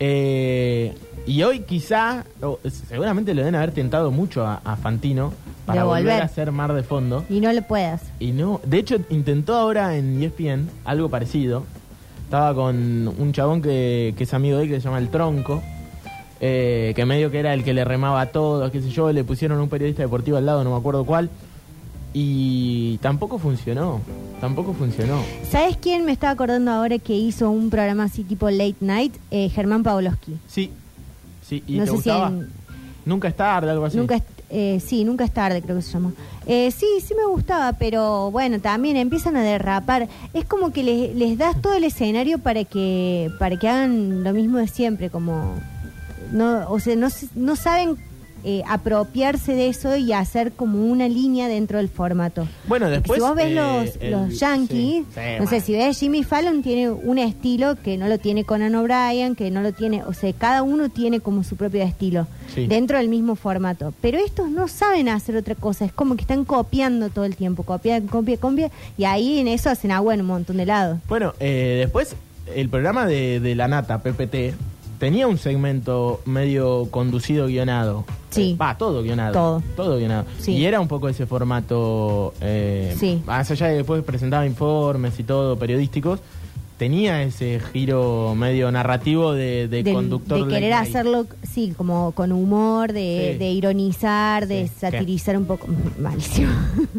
B: Eh, y hoy quizá, o, seguramente lo deben haber tentado mucho a, a Fantino para
A: De
B: volver.
A: volver.
B: a ser Mar de Fondo.
A: Y no lo puede hacer.
B: Y no, de hecho intentó ahora en E ESPN algo parecido. Estaba con un chabón que, que es amigo de él que se llama El Tronco. eh, que medio que era el que le remaba a todos, qué sé yo, le pusieron un periodista deportivo al lado, no me acuerdo cuál. Y tampoco funcionó, tampoco funcionó.
A: ¿Sabes quién me estaba acordando ahora que hizo un programa así tipo late night? Eh, Germán Pavlovsky.
B: Sí, sí, y
A: No sé
B: te
A: si
B: gustaba. Ah,
A: en-
B: Nunca es tarde, algo así.
A: Nunca es, eh, sí, nunca es tarde, creo que se llamó. Eh, sí, sí me gustaba, pero bueno, también empiezan a derrapar. Es como que les, les das todo el escenario para que para que hagan lo mismo de siempre, como no, o sea, no, se- no saben eh, apropiarse de eso y hacer como una línea dentro del formato.
B: Bueno,
A: Porque
B: después,
A: si vos ves
B: eh,
A: los,
B: el-
A: los Yankees,
B: sí, sí,
A: no
B: bueno.
A: sé, si ves Jimmy Fallon tiene un estilo que no lo tiene Conan O'Brien, que no lo tiene, o sea, cada uno tiene como su propio estilo
B: Sí.
A: dentro del mismo formato. Pero estos no saben hacer otra cosa, es como que están copiando todo el tiempo, copian, copian, copian, y ahí en eso hacen agua en un montón de lados.
B: Bueno, eh, después el programa de, de La Nata, PPT, tenía un segmento medio conducido guionado. Sí. Va, todo guionado.
A: Todo.
B: guionado. Y era un poco ese formato, eh,
A: Sí.
B: más allá de que después presentaba informes y todo, periodísticos, tenía ese giro medio narrativo de, de
A: Del-
B: conductor.
A: de
B: late
A: querer
B: night.
A: hacerlo, sí, como con humor, de,
B: Sí.
A: de ironizar, de satirizar un poco. Malísimo.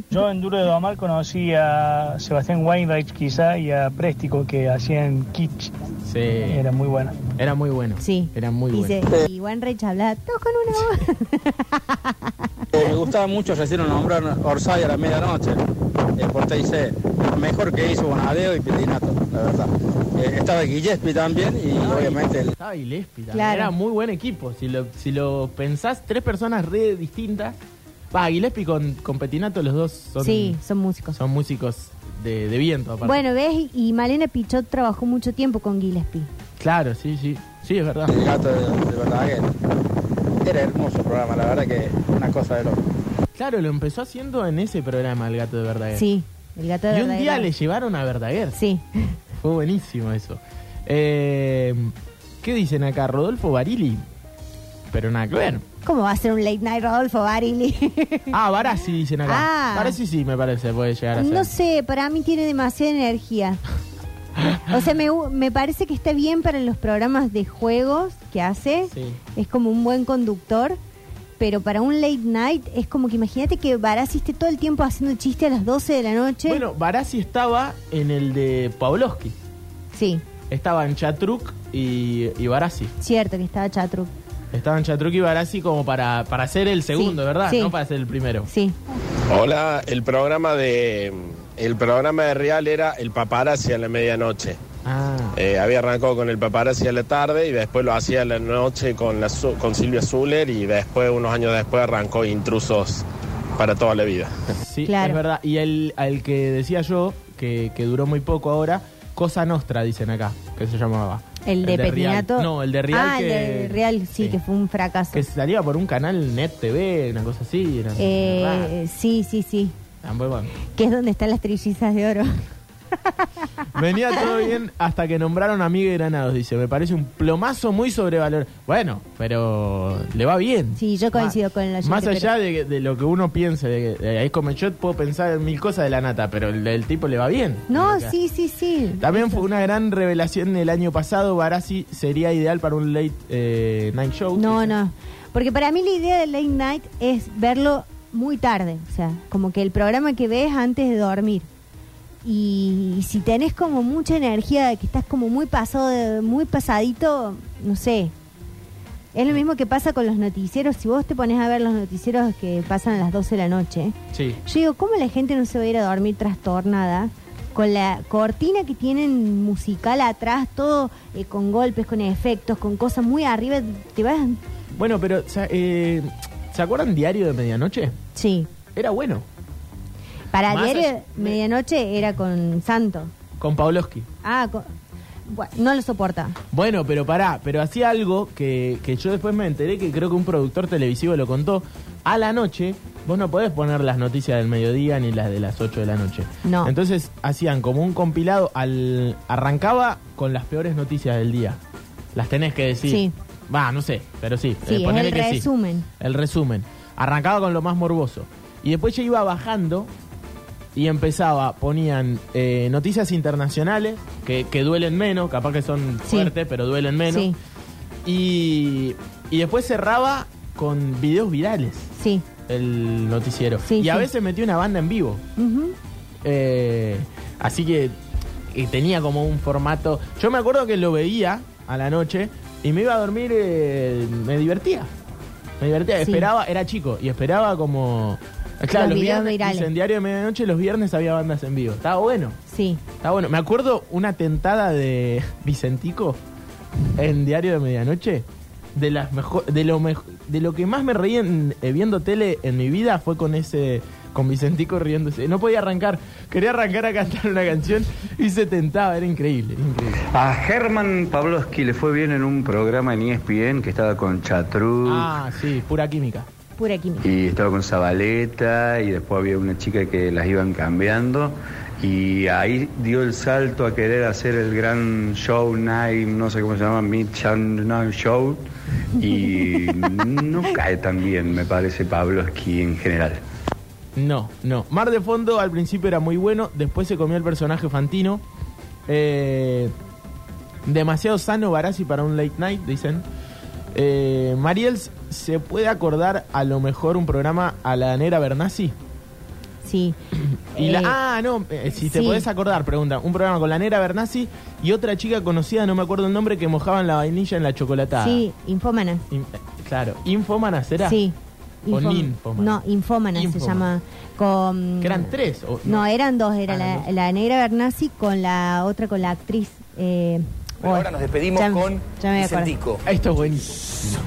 N: Yo en Duro de Domar conocí a Sebastián Weinreich quizá y a Préstico que hacían kitsch.
B: Sí.
N: Era muy bueno.
B: Era muy bueno.
A: Sí.
B: Era muy
A: Dice,
B: bueno.
A: y Weinreich habla, todos con una voz.
O: Me gustaba mucho, ya hicieron nombrar Orsay a la medianoche, eh, por TIC. Mejor que hizo Bonadeo y Pitinato, la verdad. Eh, estaba Gillespie también y obviamente el...
B: Estaba Gillespie también.
O: Claro.
B: Era muy buen equipo. Si lo, si lo pensás, tres personas re distintas. Va, Gillespie con, con Petinato, los dos son,
A: Sí, son músicos.
B: son músicos de, de viento, aparte.
A: Bueno, ves, y Malena Pichot trabajó mucho tiempo con Gillespie.
B: Claro, sí, sí. Sí, es verdad.
O: El gato de, de Verdaguer. Era hermoso el programa, la verdad que una cosa de loco.
B: Claro, lo empezó haciendo en ese programa, El Gato de Verdaguer.
A: Sí, el gato de
B: Eh. Y un
A: Verdaguer.
B: día le llevaron a Verdaguer.
A: Sí.
B: Fue buenísimo eso. Eh, ¿Qué dicen acá? Rodolfo Barili. Pero nada que ver.
A: ¿Cómo va a ser un late night Rodolfo Barili?
B: Ah, Barassi dicen acá.
A: Ah.
B: Barassi sí, me parece, puede llegar a ser.
A: no sé, para mí tiene demasiada energía. O sea, me, gu- me parece que está bien para los programas de juegos que hace.
B: Sí.
A: Es como un buen conductor. pero para un late night es como que imagínate que Barassi esté todo el tiempo haciendo el chiste a las 12 de la noche.
B: Bueno, Barassi estaba en el de Pavlovsky.
A: Sí,
B: Estaban Chatruk y, y Barassi.
A: cierto que estaba Chatruk.
B: Estaban Chatruk y Barassi como para, para ser el segundo, ¿verdad?
A: sí.
B: No para ser el primero.
A: Sí.
K: Hola, el programa de el programa de Real era el paparazzi a la medianoche.
L: Ah.
K: Eh, había arrancado con el paparazzi a la tarde y después lo hacía a la noche con, la Zu- con Silvia Zuller y después, unos años después, arrancó Intrusos para toda la vida.
B: Sí, es verdad. Y el, al que decía yo, que, que duró muy poco ahora, Cosa Nostra, dicen acá, que se llamaba.
A: El de,
B: Real.
A: Petinato.
B: No, el de Real.
A: Ah,
B: que,
A: el de Real, sí, que fue un fracaso.
B: que salía por un canal Net TV, una cosa así. Era, raro.
A: Eh, sí, sí, sí.
B: Era muy bueno.
A: Que es donde están las trillizas de oro.
B: Venía todo bien hasta que nombraron a Miguel Granados, dice. Me parece un plomazo muy sobrevalorado. Bueno, pero le va bien.
A: Sí, yo coincido con la
B: Más
A: gente,
B: allá
A: pero-
B: de, de lo que uno piense, de, de ahí como yo puedo pensar en mil cosas de la nata, pero el, el tipo le va bien.
A: No,
B: Lo que
A: sí, sí, sí.
B: También fue una gran revelación el año pasado. Barassi sería ideal para un late eh, night show.
A: No, no. Porque para mí la idea del late night es verlo muy tarde. O sea, como que el programa que ves antes de dormir. Y si tenés como mucha energía, que estás como muy pasado, de- muy pasadito, no sé. Es lo mismo que pasa con los noticieros. Si vos te pones a ver los noticieros que pasan a las 12 de la noche,
B: Sí.
A: yo digo, ¿cómo la gente no se va a ir a dormir trastornada? Con la cortina que tienen musical atrás, todo eh, con golpes, con efectos, con cosas muy arriba, te vas...
B: Bueno, pero sa- eh, ¿se acuerdan Diario de Medianoche?
A: Sí.
B: Era bueno.
A: Para
B: Más
A: diario,
B: allá-
A: medianoche era con Santo.
B: Con Pavlovsky.
A: Ah, con- Bueno, no lo soporta.
B: Bueno, pero pará, pero hacía algo que, que yo después me enteré que creo que un productor televisivo lo contó. A la noche, vos no podés poner las noticias del mediodía ni las de las 8 de la noche.
A: No.
B: Entonces hacían como un compilado, al arrancaba con las peores noticias del día. Las tenés que decir.
A: Sí.
B: Va, no sé, pero sí. eh,
A: Sí, es
B: ponele
A: el
B: que sí.
A: resumen.
B: El resumen. Arrancaba con lo más morboso. Y después ya iba bajando y empezaba, ponían eh, noticias internacionales, que, que duelen menos, capaz que son fuertes, pero duelen menos.
A: Sí.
B: Y, y después cerraba con videos virales.
A: Sí.
B: El noticiero.
A: Sí,
B: y a
A: sí.
B: veces metía una banda en vivo.
A: Ujú.
B: Eh, así que eh, tenía como un formato. Yo me acuerdo que lo veía a la noche y me iba a dormir, eh, me divertía. Me divertía,
A: Sí.
B: esperaba, era chico y esperaba como.
A: Los videos
B: viernes,
A: virales.
B: dicen, diario de medianoche, los viernes había bandas en vivo. Estaba bueno.
A: Sí.
B: Estaba bueno. Me acuerdo una tentada de Vicentico en Diario de Medianoche. De las mejo- de lo mejo- de lo que más me reí en- eh, viendo tele en mi vida fue con ese con Vicentico riéndose. No podía arrancar, quería arrancar a cantar una canción y se tentaba, era increíble, increíble.
J: A Germán Pavlovsky le fue bien en un programa en E ESPN que estaba con Chatrú
B: Ah, sí, pura química.
A: Pura química.
J: y estaba con Zabaleta y después había una chica que las iban cambiando y ahí dio el salto a querer hacer el gran show night, no sé cómo se llama, Mid Night Show y no cae tan bien, me parece Pavlovsky en general.
B: No, no. Mar de Fondo al principio era muy bueno, después se comió el personaje Fantino. Eh, demasiado sano Barassi para un late night, dicen. Eh, Mariel, ¿se puede acordar a lo mejor un programa a la Nera Bernassi?
A: Sí.
B: Y la-
A: Eh,
B: ah, no, eh, si te
A: sí.
B: podés acordar, pregunta. Un programa con la Nera Bernassi y otra chica conocida, no me acuerdo el nombre, que mojaban la vainilla en la chocolatada.
A: Sí, infómana.
B: In- eh, claro. ¿Infómana será?
A: Sí.
B: O
A: Infom-
B: ninfómana.
A: No, infómana, se
B: Infómana.
A: llama. Con...
B: Que eran tres. o-
A: No, eran dos. Era
B: Ah,
A: la,
B: eran dos.
A: la negra Bernasi con la otra, con la actriz. eh,
P: Bueno,
A: oh,
P: ahora nos despedimos
A: ya-
P: con
A: ya me acuerdo.
P: Vicentico.
B: Ah, Esto es buenísimo.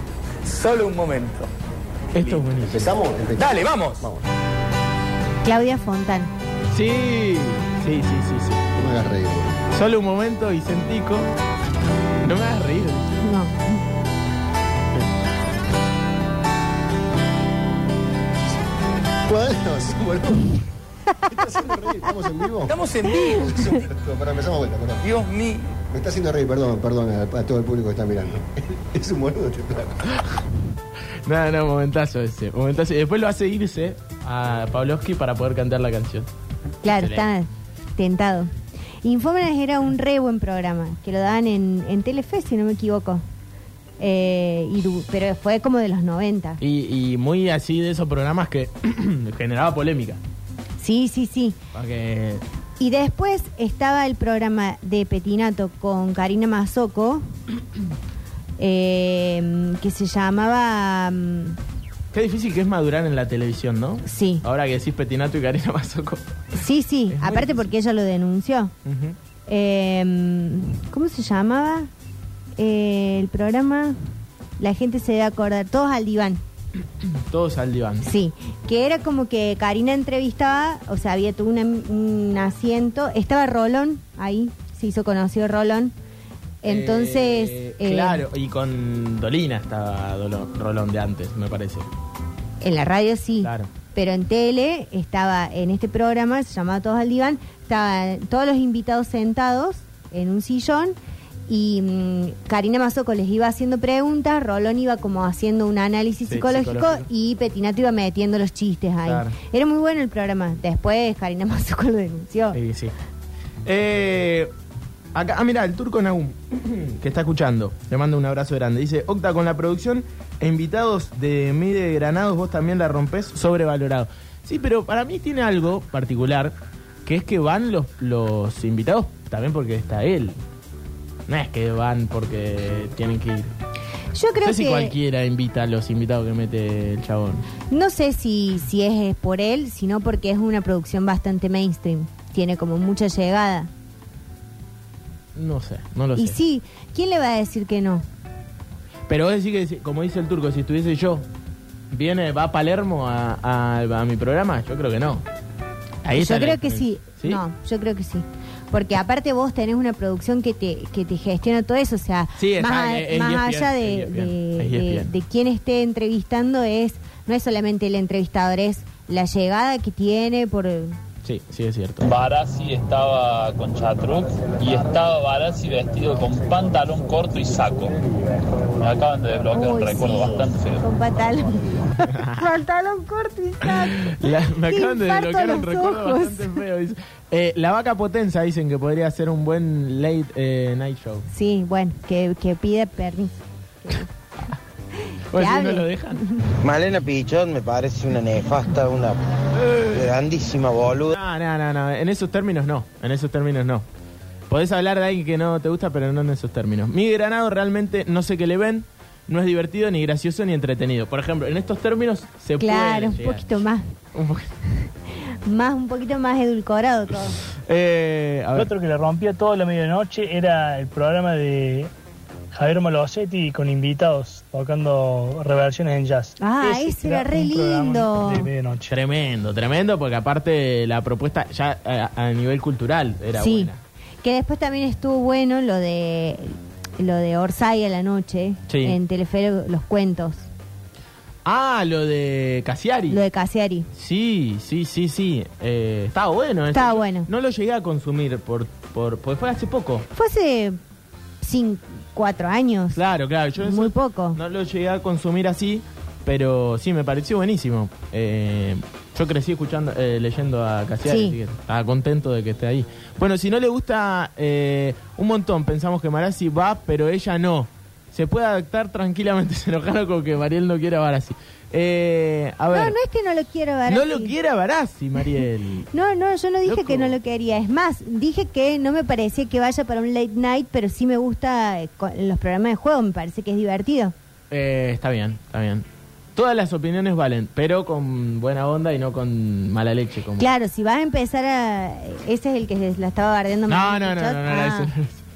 P: Solo un momento.
B: Esto es buenísimo.
P: ¿Empezamos? Dale, vamos.
A: Claudia Fontán.
B: Sí, sí, sí, sí, sí. No me hagas reír. Solo un momento, Vicentico. No me hagas reír.
A: No.
Q: Bueno, sí, bueno. Me está haciendo reír. ¿Estamos en vivo?
P: Estamos en vivo.
Q: Para empezamos vuelta, perdón.
P: Dios mío.
Q: Me está haciendo reír, perdón, perdón a, a todo el público que está mirando. Es un boludo este plan.
B: No, no, momentazo ese. Momentazo. Y después lo hace irse a Pavlovsky para poder cantar la canción.
A: Claro,
B: Excelente.
A: está tentado. Infómenas era un re buen programa, que lo daban en, en Telefe, si no me equivoco. eh, y du- pero fue como de los 90.
B: Y, y muy así de esos programas que generaba polémica.
A: Sí, sí, sí.
B: Para que-
A: Y después estaba el programa de Petinato con Karina Mazoco, eh, que se llamaba... mm,
B: Qué difícil que es madurar en la televisión, ¿no?
A: Sí.
B: Ahora que decís Petinato y Karina Mazoco.
A: Sí, sí, aparte porque ella lo denunció.
B: Ujú.
A: Eh, ¿Cómo se llamaba Eh, el programa? La gente se debe acordar, todos al diván.
B: Todos al diván.
A: Sí, que era como que Karina entrevistaba, o sea, había tuvo una- un asiento, estaba Rolón ahí, se hizo conocido Rolón. Entonces,
B: Eh,
A: eh,
B: claro, y con Dolina estaba Dolo- Rolón de antes, me parece.
A: en la radio sí,
B: Claro.
A: pero en tele estaba en este programa, se llamaba Todos al Diván, estaban todos los invitados sentados en un sillón y mm, Karina Mazoco les iba haciendo preguntas, Rolón iba como haciendo un análisis
R: Sí,
A: psicológico,
R: psicológico.
A: y Petinato iba metiendo los chistes ahí.
B: Claro.
A: Era muy bueno el programa. Después Karina Mazoco lo denunció.
B: Sí, sí. Eh, acá, ah, mira, el turco Nahum, que está escuchando, le mando un abrazo grande. Dice, Octa, con la producción e invitados de Mide Granados, vos también la rompés sobrevalorado. Sí, pero para mí tiene algo particular, que es que van los, los invitados también porque está él. No es que van porque tienen que ir.
A: Yo creo
B: no sé si
A: que
B: cualquiera invita a los invitados que mete el chabón.
A: no sé si, si es eh, por él, sino porque es una producción bastante mainstream. Tiene como mucha llegada.
B: No sé, no lo
A: y
B: sé.
A: sí, ¿quién le va a decir que no?
B: Pero vos decís que, si- como dice el turco, si estuviese yo, viene, va a Palermo a, a- a mi programa, yo creo que no. Ahí está
A: yo
B: la
A: creo que sí.
B: diferencia.
A: No, yo creo que sí. Porque aparte vos tenés una producción que te, que te gestiona todo eso, o sea,
B: Sí, está,
A: más, a-
B: es- es
A: más
B: ESPN,
A: allá
B: es
A: de,
B: ESPN,
A: de-
B: es
A: de-
B: ESPN.
A: de quién esté entrevistando, es no es solamente el entrevistador, es la llegada que tiene por...
B: Sí, sí es cierto.
S: Barassi estaba con chatruc y estaba Barassi vestido con pantalón corto y saco. Me acaban de desbloquear un
A: Uy,
S: recuerdo
A: sí,
S: bastante feo.
A: Con pantalón. pantalón corto y saco.
B: La- me
A: Te
B: acaban de
A: infarto
B: desbloquear un
A: los
B: recuerdo
A: ojos.
B: bastante feo. dice. Eh, la vaca potenza dicen que podría ser un buen late eh, night show.
A: Sí, bueno, que, que pide permiso.
B: Bueno,
A: Que
B: si no
A: hable.
B: lo dejan.
T: Malena Pichón me parece una nefasta, una grandísima boluda.
B: No, no, no, no, en esos términos no, en esos términos no. Podés hablar de alguien que no te gusta, pero no en esos términos. Mi granado realmente no sé qué le ven, no es divertido, ni gracioso, ni entretenido. Por ejemplo, en estos términos se
A: Claro,
B: puede.
A: un
B: llegar.
A: poquito más.
B: Un poquito.
A: más. Un poquito más edulcorado todo.
B: Eh,
N: El otro que le rompía toda la medianoche era el programa de Javier Malosetti con invitados tocando reversiones en jazz.
A: Ah,
B: este,
A: ese era re
N: un programa
A: lindo.
N: de medianoche.
B: Tremendo, tremendo, porque aparte la propuesta ya eh, a, nivel cultural era
A: sí.
B: buena.
A: Que después también estuvo bueno lo de lo de Orsay a la noche
B: Sí.
A: en Telefero los cuentos,
B: Ah, lo de Casiari.
A: lo de Casiari.
B: Sí, sí, sí, sí. Eh, estaba bueno. eso.
A: Estaba
B: Yo
A: bueno.
B: No lo llegué a consumir por, por, porque fue hace poco.
A: Fue hace cinco, cuatro años.
B: Claro, claro. Yo
A: Muy poco.
B: No lo llegué a consumir así, pero sí, me pareció buenísimo. Eh, yo crecí escuchando, eh, leyendo a Casiari,
A: Sí.
B: así que estaba contento de que esté ahí. Bueno, si no le gusta eh, un montón, pensamos que Marazzi va, pero ella no. Se puede adaptar tranquilamente, se enojaron con que Mariel no quiera a Barassi. Eh, a
A: No,
B: ver,
A: no es que no lo quiero ver.
B: no lo quiera Barassi, Mariel.
A: No, no, yo no dije
B: Loco.
A: que no lo quería. Es más, dije que no me parecía que vaya para un late night, pero sí me gusta eh, co- los programas de juego, me parece que es divertido.
B: Eh, está bien, está bien. Todas las opiniones valen, pero con buena onda y no con mala leche. Como...
A: Claro, si vas a empezar a... Ese es el que la estaba bardeando.
B: No,
A: más
B: no, no, no, no, era eso, no, era eso.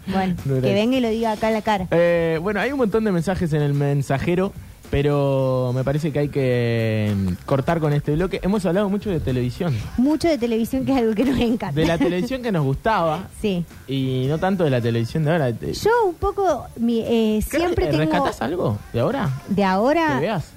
A: Bueno,
B: No era
A: que
B: eso.
A: venga y lo diga acá en la cara.
B: Eh, bueno, hay un montón de mensajes en el mensajero, pero me parece que hay que mm, cortar con este bloque. Hemos hablado mucho de televisión,
A: Mucho de televisión que es algo que nos encanta.
B: de la televisión que nos gustaba
A: Sí.
B: y no tanto de la televisión de ahora. Te-
A: Yo un poco, mi, eh,
B: ¿Qué
A: siempre
B: re-
A: tengo... Ah.
B: ¿Rescatás algo de ahora?
A: De
B: ¿Que
A: ahora,
B: veas?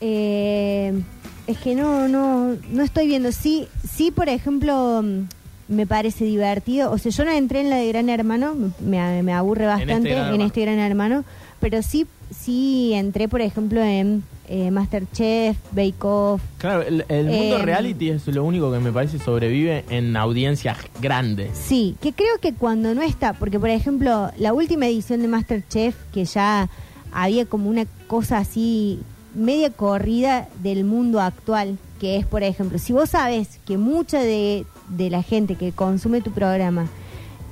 A: eh, es que no, no, no estoy viendo. Sí, sí, por ejemplo, mm, me parece divertido. O sea, yo no entré en la de Gran Hermano, me, me aburre bastante en este
R: Gran
A: Gran,
R: Hermano.
A: Hermano, pero sí, sí entré, por ejemplo, en eh, Masterchef, Bake Off.
B: Claro, el, el mundo
A: Em,
B: reality es lo único que me parece sobrevive en audiencias grandes.
A: Sí, que creo que cuando no está, porque por ejemplo, la última edición de Masterchef, que ya había como una cosa así media corrida del mundo actual, que es, por ejemplo, si vos sabes que mucha de, de la gente que consume tu programa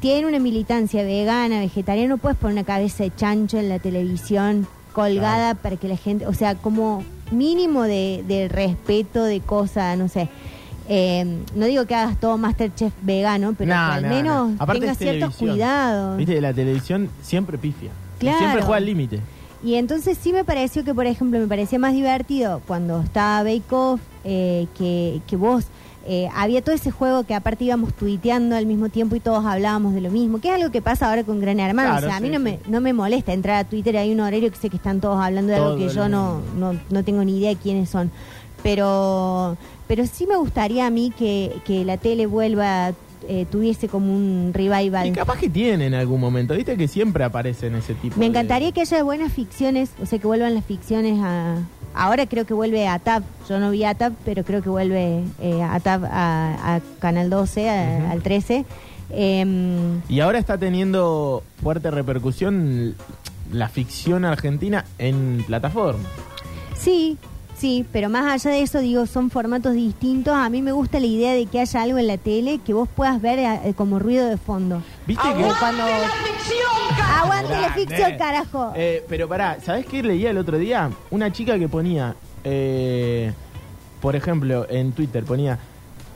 A: tiene una militancia vegana, vegetariana, no puedes poner una cabeza de chancho en la televisión colgada para que la gente, o sea, como mínimo de, de respeto, de cosa, no sé. Eh, no digo que hagas todo Masterchef vegano, pero
B: No,
A: que al
B: no,
A: menos
B: no. Aparte
A: tengas
B: es
A: ciertos
B: televisión.
A: cuidados.
B: Viste, la televisión siempre pifia. Y
A: Claro.
B: Siempre juega al límite.
A: Y entonces sí me pareció que, por ejemplo, me parecía más divertido cuando estaba Bake Off, eh, que, que vos... eh, había todo ese juego que aparte íbamos tuiteando al mismo tiempo y todos hablábamos de lo mismo, que es algo que pasa ahora con Gran Hermano.
R: Claro,
A: o sea, a mí
R: sí,
A: no,
R: sí.
A: me, no me molesta entrar a Twitter, hay un horario que sé que están todos hablando de
R: Todo
A: algo que
R: lo
A: yo no, no, no tengo ni idea de quiénes son. Pero, pero sí me gustaría a mí que, que la tele vuelva, eh, tuviese como un revival.
B: Y capaz que tiene en algún momento. Viste que siempre aparecen ese tipo
A: Me
B: de-
A: encantaría que haya buenas ficciones, o sea, que vuelvan las ficciones a... Ahora creo que vuelve a TAP, yo no vi a TAP, pero creo que vuelve eh, a TAP a, a Canal 12, a- al 13. Em,
B: Y ahora está teniendo fuerte repercusión la ficción argentina en plataforma.
A: sí, sí, pero más allá de eso, digo, son formatos distintos. A mí me gusta la idea de que haya algo en la tele que vos puedas ver eh, como ruido de fondo.
B: ¿Viste que-
A: ¡Aguante la
B: Grande.
A: ficción, carajo!
B: Eh, pero pará, ¿sabés qué leía el otro día? Una chica que ponía, eh, por ejemplo, en Twitter ponía,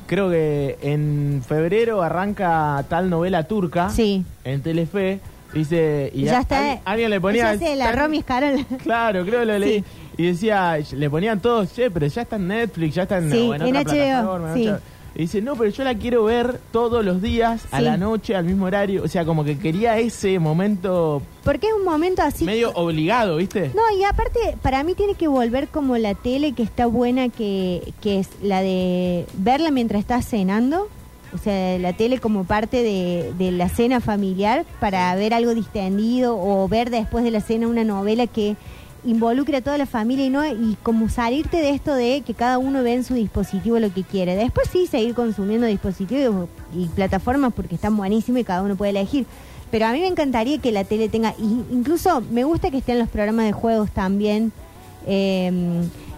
B: creo que en febrero arranca tal novela turca en Telefe, dice, y
A: ya
B: a-
A: está. eh,
B: alguien- alguien le ponía...
A: Ya sé, la
B: "Tan-
A: Romy Escarola.
B: Claro, creo que lo leí. Y decía, le ponían todos, che, pero ya está en Netflix, ya está en,
A: Sí,
B: o en
A: en
B: otra
A: HBO,
B: plataforma, en
A: sí.
B: otra- Y dice, no, pero yo la quiero ver todos los días, a
A: Sí.
B: la noche, al mismo horario. O sea, como que quería ese momento
A: Porque es un momento así...
B: medio obligado, ¿viste?
A: No, y aparte, para mí tiene que volver como la tele que está buena, que, que es la de verla mientras estás cenando. O sea, la tele como parte de, de la cena familiar para ver algo distendido o ver después de la cena una novela que involucre a toda la familia y no y como salirte de esto de que cada uno ve en su dispositivo lo que quiere. Después sí seguir consumiendo dispositivos y plataformas porque están buenísimas y cada uno puede elegir. Pero a mí me encantaría que la tele tenga, i- incluso me gusta que estén los programas de juegos también. Eh,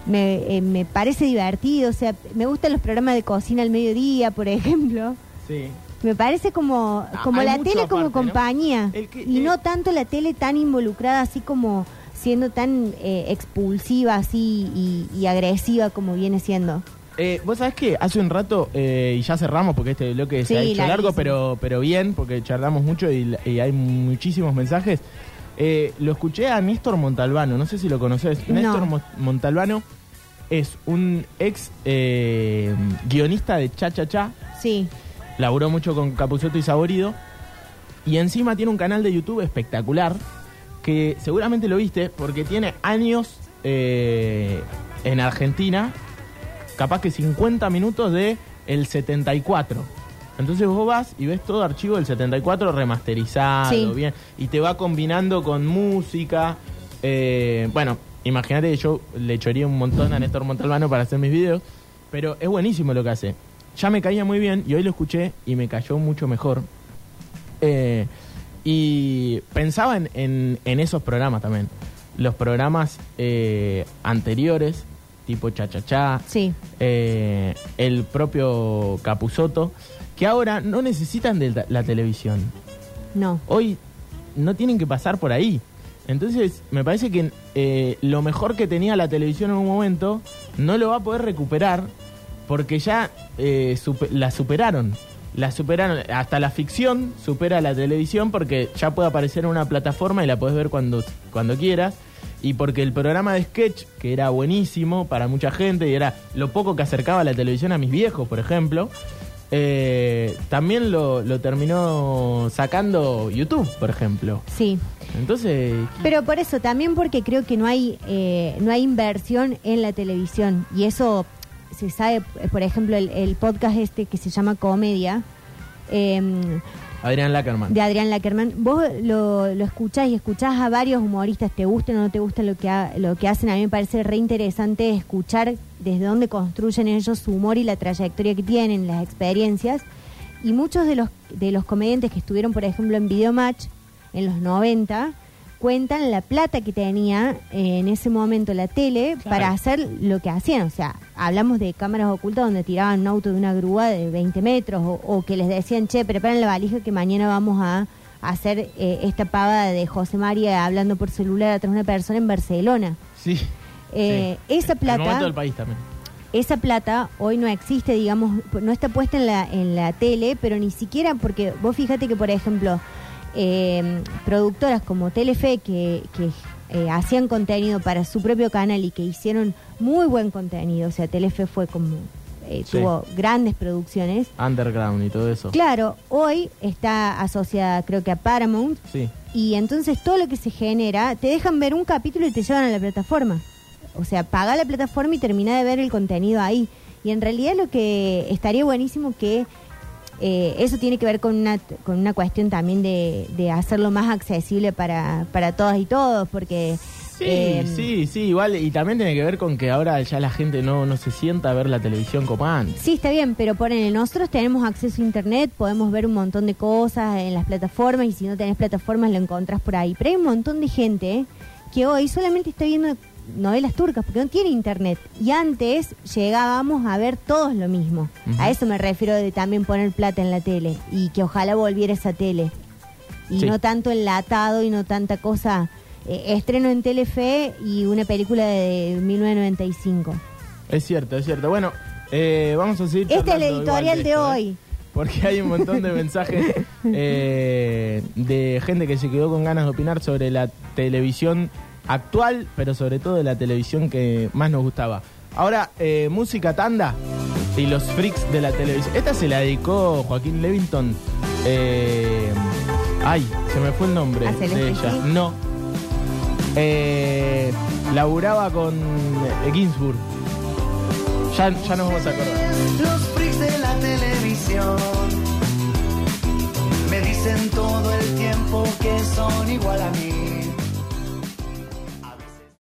A: me, eh, me parece divertido, o sea, me gustan los programas de cocina al mediodía, por ejemplo.
B: Sí.
A: Me parece como, como
R: Ah, hay
A: la
R: mucho
A: tele como
R: aparte, ¿no?
A: compañía
R: El que-
A: y
R: eh.
A: no tanto la tele tan involucrada así como siendo tan eh, expulsiva así y, y agresiva como viene siendo.
B: Eh, Vos sabés que hace un rato, eh, y ya cerramos porque este bloque
A: Sí,
B: se ha hecho largo,
A: larguísimo.
B: pero, pero bien, porque charlamos mucho y, y hay muchísimos mensajes. Eh, lo escuché a Néstor Montalbano, no sé si lo conoces.
A: No.
B: Néstor Mo- Montalbano es un ex eh, guionista de Cha Cha Cha.
A: Sí.
B: Laburó mucho con Capuzoto y Saborido. Y encima tiene un canal de YouTube espectacular que seguramente lo viste porque tiene años eh, en Argentina, capaz que 50 minutos de el 74. Entonces vos vas y ves todo archivo del 74 remasterizado,
A: Sí.
B: bien, y te va combinando con música. eh, bueno, imagínate que yo le choría un montón a Néstor Montalbano para hacer mis videos, pero es buenísimo lo que hace. Ya me caía muy bien y hoy lo escuché y me cayó mucho mejor. Eh, y pensaba en, en- en esos programas también. Los programas eh, anteriores, tipo Cha Cha Cha,
A: Sí.
B: eh, el propio Capusoto, que ahora no necesitan de la- la televisión.
A: No.
B: Hoy no tienen que pasar por ahí. Entonces, me parece que eh, lo mejor que tenía la televisión en un momento no lo va a poder recuperar porque ya eh, supe- la superaron. La superaron. Hasta la ficción supera a la televisión porque ya puede aparecer en una plataforma y la podés ver cuando, cuando quieras. Y porque el programa de sketch, que era buenísimo para mucha gente y era lo poco que acercaba la televisión a mis viejos, por ejemplo, eh, también lo, lo terminó sacando YouTube, por ejemplo.
A: Sí.
B: Entonces,
A: Pero por eso, también porque creo que no hay, eh, no hay inversión en la televisión. Y eso se sabe, eh, por ejemplo, el, el podcast este que se llama Comedia, em,
B: Adrián Lackerman.
A: de Adrián Lackerman, vos lo, lo escuchás y escuchás a varios humoristas, te gusta o no te gusta lo que, ha- lo que hacen, a mí me parece re interesante escuchar desde dónde construyen ellos su humor y la trayectoria que tienen, las experiencias. Y muchos de los, de los comediantes que estuvieron, por ejemplo, en Videomatch en los 90, cuentan la plata que tenía eh, en ese momento la tele para hacer lo que hacían. O sea, hablamos de cámaras ocultas donde tiraban un auto de una grúa de 20 metros o, o que les decían, che, preparen la valija que mañana vamos a hacer eh, esta pavada de José María hablando por celular atrás de una persona en Barcelona.
B: Sí.
A: Eh, Esa
B: El
A: plata
B: momento del país también.
A: esa plata hoy no existe, digamos, no está puesta en la, en la tele, pero ni siquiera porque vos fíjate que, por ejemplo, eh, productoras como Telefe, que, que, eh, hacían contenido para su propio canal y que hicieron muy buen contenido, o sea, Telefe fue como, eh,
B: Sí.
A: tuvo grandes producciones.
B: Underground y todo eso.
A: Claro, hoy está asociada creo que a Paramount
B: Sí.
A: y entonces todo lo que se genera, te dejan ver un capítulo y te llevan a la plataforma. O sea, paga la plataforma y termina de ver el contenido ahí. Y en realidad lo que estaría buenísimo que eh, eso tiene que ver con una, con una cuestión también de, de hacerlo más accesible para, para todas y todos, porque...
B: Sí,
A: eh,
B: sí, sí, igual. Y también tiene que ver con que ahora ya la gente no, no se sienta a ver la televisión como antes.
A: Sí, está bien, pero ponele, nosotros tenemos acceso a internet, podemos ver un montón de cosas en las plataformas y si no tenés plataformas lo encontrás por ahí. Pero hay un montón de gente que hoy solamente está viendo novelas turcas porque no tiene internet. Y antes llegábamos a ver todos lo mismo.
R: Ujú.
A: A eso me refiero de también poner plata en la tele y que ojalá volviera esa tele. Y
R: Sí.
A: no tanto enlatado y no tanta cosa. Eh, estreno en Telefe y una película de 1995.
B: Es cierto, es cierto. Bueno, eh, vamos a seguir.
A: Este es el
B: charlando igual
A: editorial de
B: esto, ¿eh?
A: hoy.
B: Porque hay un montón de mensajes eh, de gente que se quedó con ganas de opinar sobre la televisión actual, pero sobre todo de la televisión que más nos gustaba. Ahora, eh, música tanda y los freaks de la televisión. Esta se la dedicó Joaquín Levington. eh, ay, se me fue el nombre
A: ¿A Celeste
B: de ella.
A: Gil?
B: No. Eh, laburaba con eh, Ginsburg. Ya, ya nos vamos a acordar.
R: Los freaks de la televisión me dicen todo el tiempo que son igual a mí.